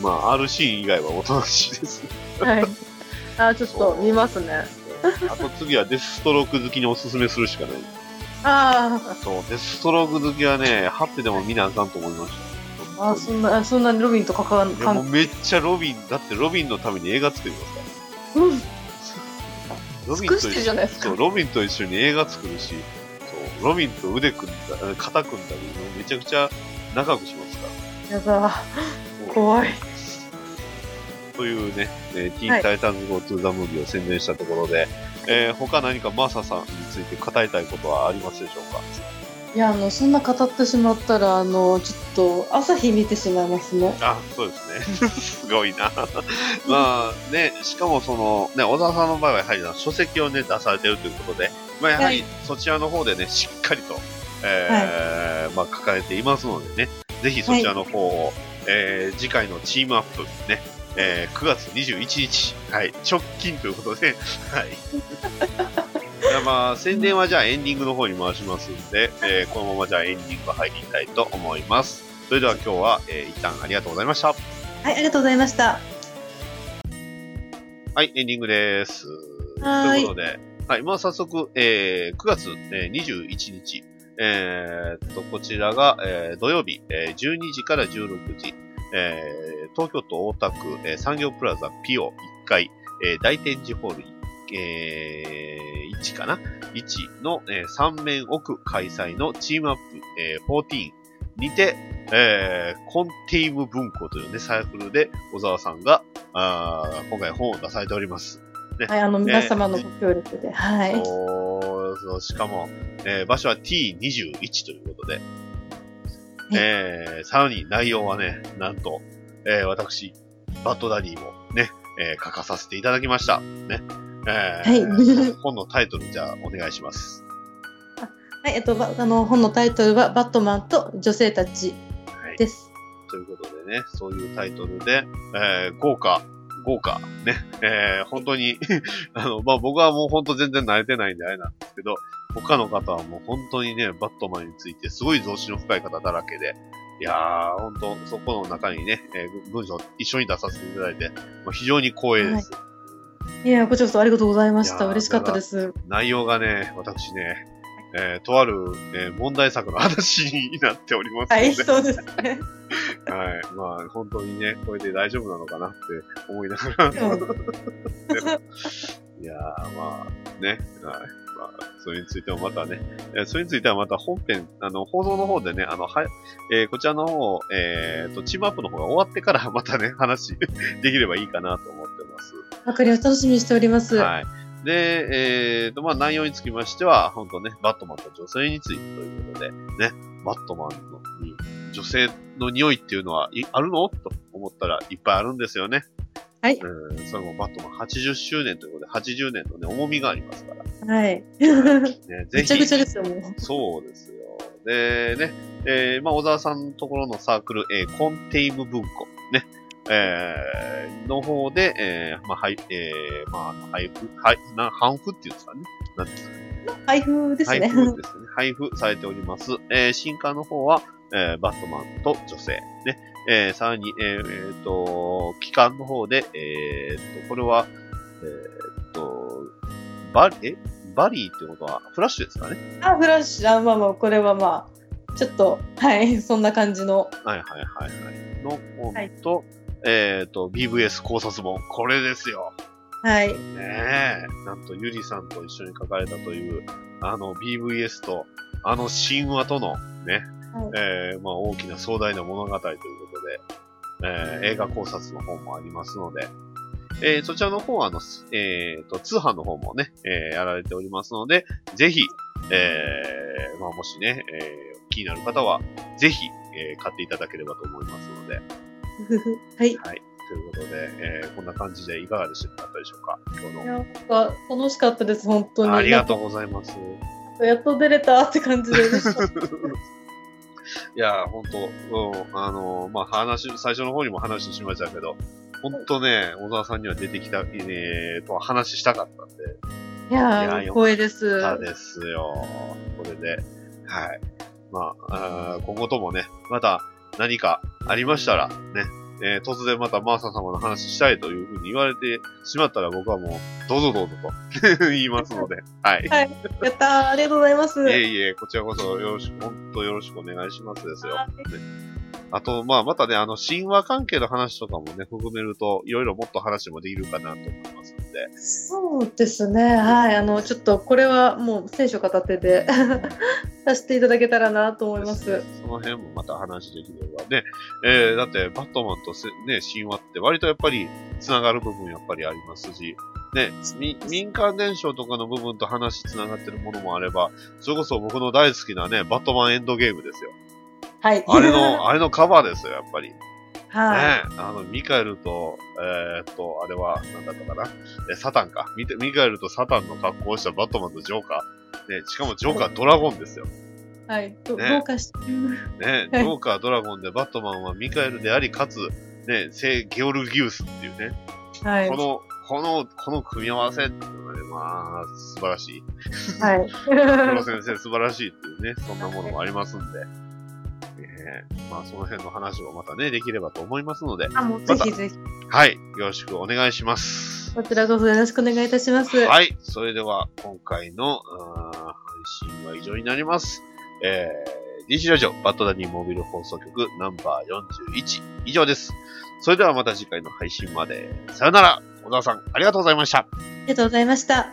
Speaker 1: まあ、R シーン以外はおとなしいです。
Speaker 4: はい
Speaker 3: あ、ちょっと見ますね。
Speaker 1: あと次はデスストローク好きにおすすめするしかない。
Speaker 3: あ
Speaker 1: そう、デスストローク好きはね、ハッペでも見なあかんと思いまし
Speaker 3: あ、あ、そんな、そんなにロビンとかかん、
Speaker 1: た。いや
Speaker 3: か、
Speaker 1: もうんめっちゃロビン、だってロビンのために映画作りますから。
Speaker 3: うん、
Speaker 1: ロビン
Speaker 3: 尽
Speaker 1: と
Speaker 3: くしてるじゃないですか
Speaker 1: そう、ロビンと一緒に映画作るし、そう、ロビンと腕組んだ、あ肩組んだり、めちゃくちゃ仲良くしますから。
Speaker 3: やだ、
Speaker 1: そう
Speaker 3: 怖い。
Speaker 1: というね、えー、ティ
Speaker 3: は
Speaker 1: ーン
Speaker 3: い
Speaker 1: タイタンズ GO to the movie を宣伝したところで、えー他何かマーサさんについて語りたいことはありますでしょうか
Speaker 4: いやあのそんな語ってしまったらあのちょっと朝日見てしまいますね
Speaker 1: あ、そうですね。すごいな。まあね、しかもその、ね、小沢さんの場合はやはりな書籍をね、出されてるということで、まあやはり
Speaker 4: は
Speaker 1: そちらの方でね、しっかりと、えーまあ書かれていますのでね、ぜひそちらの方を、えー次回のチームアップね、えー9月21日、はい、直近ということで、 はい。じゃあまあ、宣伝はじゃあエンディングの方に回しますんで、えーこのままじゃあエンディング入りたいと思います。それでは今日は、えー一旦ありがとうございました。
Speaker 4: はいありがとうございました
Speaker 1: はい、エンディングです。
Speaker 4: はーい
Speaker 1: ということで、はい、まあ早速、えー9月、えー21日、えーっと、こちらが、えー土曜日、えー12時から16時、えー東京都大田区、えー産業プラザピオ1階、えー大展示ホール、えー1かな ?1 の、え3面奥開催のチームアップ、えー14にて、えーコンテイム文庫というね、サークルで小沢さんが、あー今回本を出されております。
Speaker 4: はいあの皆様のご協力で、はい
Speaker 1: おーそうしかも、えー場所は T21 ということで、えーさらに内容はね、なんと、えー私、バッドダディもね、えー書かさせていただきました。ね。えー
Speaker 4: はい
Speaker 1: 本のタイトルじゃあお願いします。
Speaker 4: はいえっとばあの本のタイトルは「バットマンと女性たち
Speaker 1: はい」。
Speaker 4: です
Speaker 1: ということでね、そういうタイトルで、えー豪華、豪華、ね、えー本当に、 あの、まあ、僕はもう本当全然慣れてないんであれなんですけど、他の方はもう本当にね、バットマンについてすごい増資の深い方だらけで、いやー、本当そこの中にね、えー文章一緒に出させていただいて、まあ非常に光栄です。
Speaker 4: いやこちらこそありがとうございまし
Speaker 1: いや
Speaker 4: た
Speaker 1: ー
Speaker 4: 嬉しかったです
Speaker 1: 内容がね、私ね、えーとある、えー問題作の話になっておりますので、
Speaker 4: はいそうです ね
Speaker 1: はい。まあ、本当にね、これで大丈夫なのかなって思いながら。でも
Speaker 4: う
Speaker 1: いやー、まあ、ね。はい。まあ、それについてもまたね、えーそれについてはまた本編、あの、放送の方でね、あの、はい、えーこちらの方、えーと、チームアップの方が終わってからまたね、話 できればいいかなと思ってます。
Speaker 4: わかりを楽しみにしておりますは
Speaker 1: はい。で、えーと、まあ、内容につきましては、本当ね、バットマンと女性についてということで、ね、バットマンのに女性の匂いっていうのはいあるのと思ったらいっぱいあるんですよね。
Speaker 4: はい
Speaker 1: うん、それもバットマン80周年ということで、80年のね、重みがありますから。
Speaker 4: い、
Speaker 1: ね、ぜ
Speaker 4: め
Speaker 1: ひ。
Speaker 4: ちゃくちゃですよもう
Speaker 1: そうですよ。で、ね、えーまあ、小沢さんのところのサークル、えーコンテイム文庫、ね、えーの方で、えーまあ、はい、えーまあ、配布、はい、な、反布っていうんですかね。なんですかね。
Speaker 4: 配布です
Speaker 1: 配
Speaker 4: ね
Speaker 1: 布ですね。配布されております。えー新刊の方は、えーバットマンと女性、ね、えーさらに、えーえーと、期間の方で、えーと、これは、えーと、バリ、えバリーってことは、フラッシュですかね。
Speaker 4: あフラッシュあまあまあこれはまあちょっとはい そんな感じの
Speaker 1: はいはいはいはい。の
Speaker 4: はい
Speaker 1: 本と、えっ、と、BVS 考察本。これですよ。
Speaker 4: はい
Speaker 1: ねえ。なんと、ゆりさんと一緒に書かれたという、あの BVS と、あの神話とのね、
Speaker 4: はい
Speaker 1: えーまあ大きな壮大な物語ということで、えー映画考察の本もありますので、えーそちらの方は、あの、すえっ、と、通販の方もね、えーやられておりますので、ぜひ、えーまあもしね、えー気になる方は、ぜひ、えー買っていただければと思いますので、
Speaker 4: ふふは
Speaker 1: と
Speaker 4: い
Speaker 1: いうことで、えーこんな感じでいかがでしたでしょうか今日の。
Speaker 4: なんか楽しかったです、本当に。
Speaker 1: ありがとうございます。
Speaker 4: なんかやっと出れたって感じで嬉 しかっ
Speaker 1: いやー、ほんと、うん、あのーまあ、話、最初の方にも話しましたけど、ほんとね、小沢さんには出てきた、えー、と、話したかったんで、
Speaker 4: た。いや
Speaker 1: い
Speaker 4: ー、
Speaker 1: や
Speaker 4: 光栄です。
Speaker 1: た
Speaker 4: は
Speaker 1: ですよ。これで、はい。まあ、あー今後ともね、また何かありましたら、ね、えー突然またマーサ様の話したいというふうに言われてしまったら僕はもう、どうぞどうぞと 言いますので、はい。
Speaker 4: やったーありがとうございます。
Speaker 1: いえいえ、こちらこそよろしく、本当よろしくお願いしますですよ。
Speaker 4: は
Speaker 1: あと、まあ、またね、あの、神話関係の話とかもね、含めると、いろいろもっと話もできるかなと思いますので、
Speaker 4: そう
Speaker 3: ですね。はい。あの、ちょっとこれはもう聖書片手 でさせていただけたらなと思います。
Speaker 1: その辺もまた話できればね、えー、だって、バットマンとせね、神話って割とやっぱり、つながる部分やっぱりありますし、ね、み民間伝承とかの部分と話つながってるものもあれば、それこそ僕の大好きなね、バットマンエンドゲームですよ。
Speaker 3: はい。
Speaker 1: あ れ の、あれのカバーですよ、やっぱり。
Speaker 3: はい。
Speaker 1: ねえ、あの、ミカエルと、えーっと、あれは、なんだったかな、えサタンかミ。ミカエルとサタンの格好をしたバットマンとジョーカー。ね、しかもジョーカードラゴンですよ。
Speaker 4: はい。ど
Speaker 1: ね
Speaker 4: どうかしてる。
Speaker 1: ね、ジョーカードラゴンでバットマンはミカエルであり、かつ、ね、聖ゲオルギウスっていうね、
Speaker 4: はい
Speaker 1: こ。の、この、この組み合わせっていうのはね、まあ、素晴らしい。
Speaker 3: はい。
Speaker 1: 黒先生素晴らしいっていうね、そんなものもありますんで。ねえまあ、その辺の話をまたね、できればと思いますので、
Speaker 3: あ、もうぜひぜひ。
Speaker 1: はい、よろしくお願いします。
Speaker 4: こちらこそよろしくお願いいたします。あ
Speaker 1: はい。それでは、今回の、あー配信は以上になります。えー、DC ラジオ、バットダディモービル放送局ナンバー41以上です。それではまた次回の配信まで。さよなら。小沢さん、ありがとうございました。
Speaker 4: りがとうございました。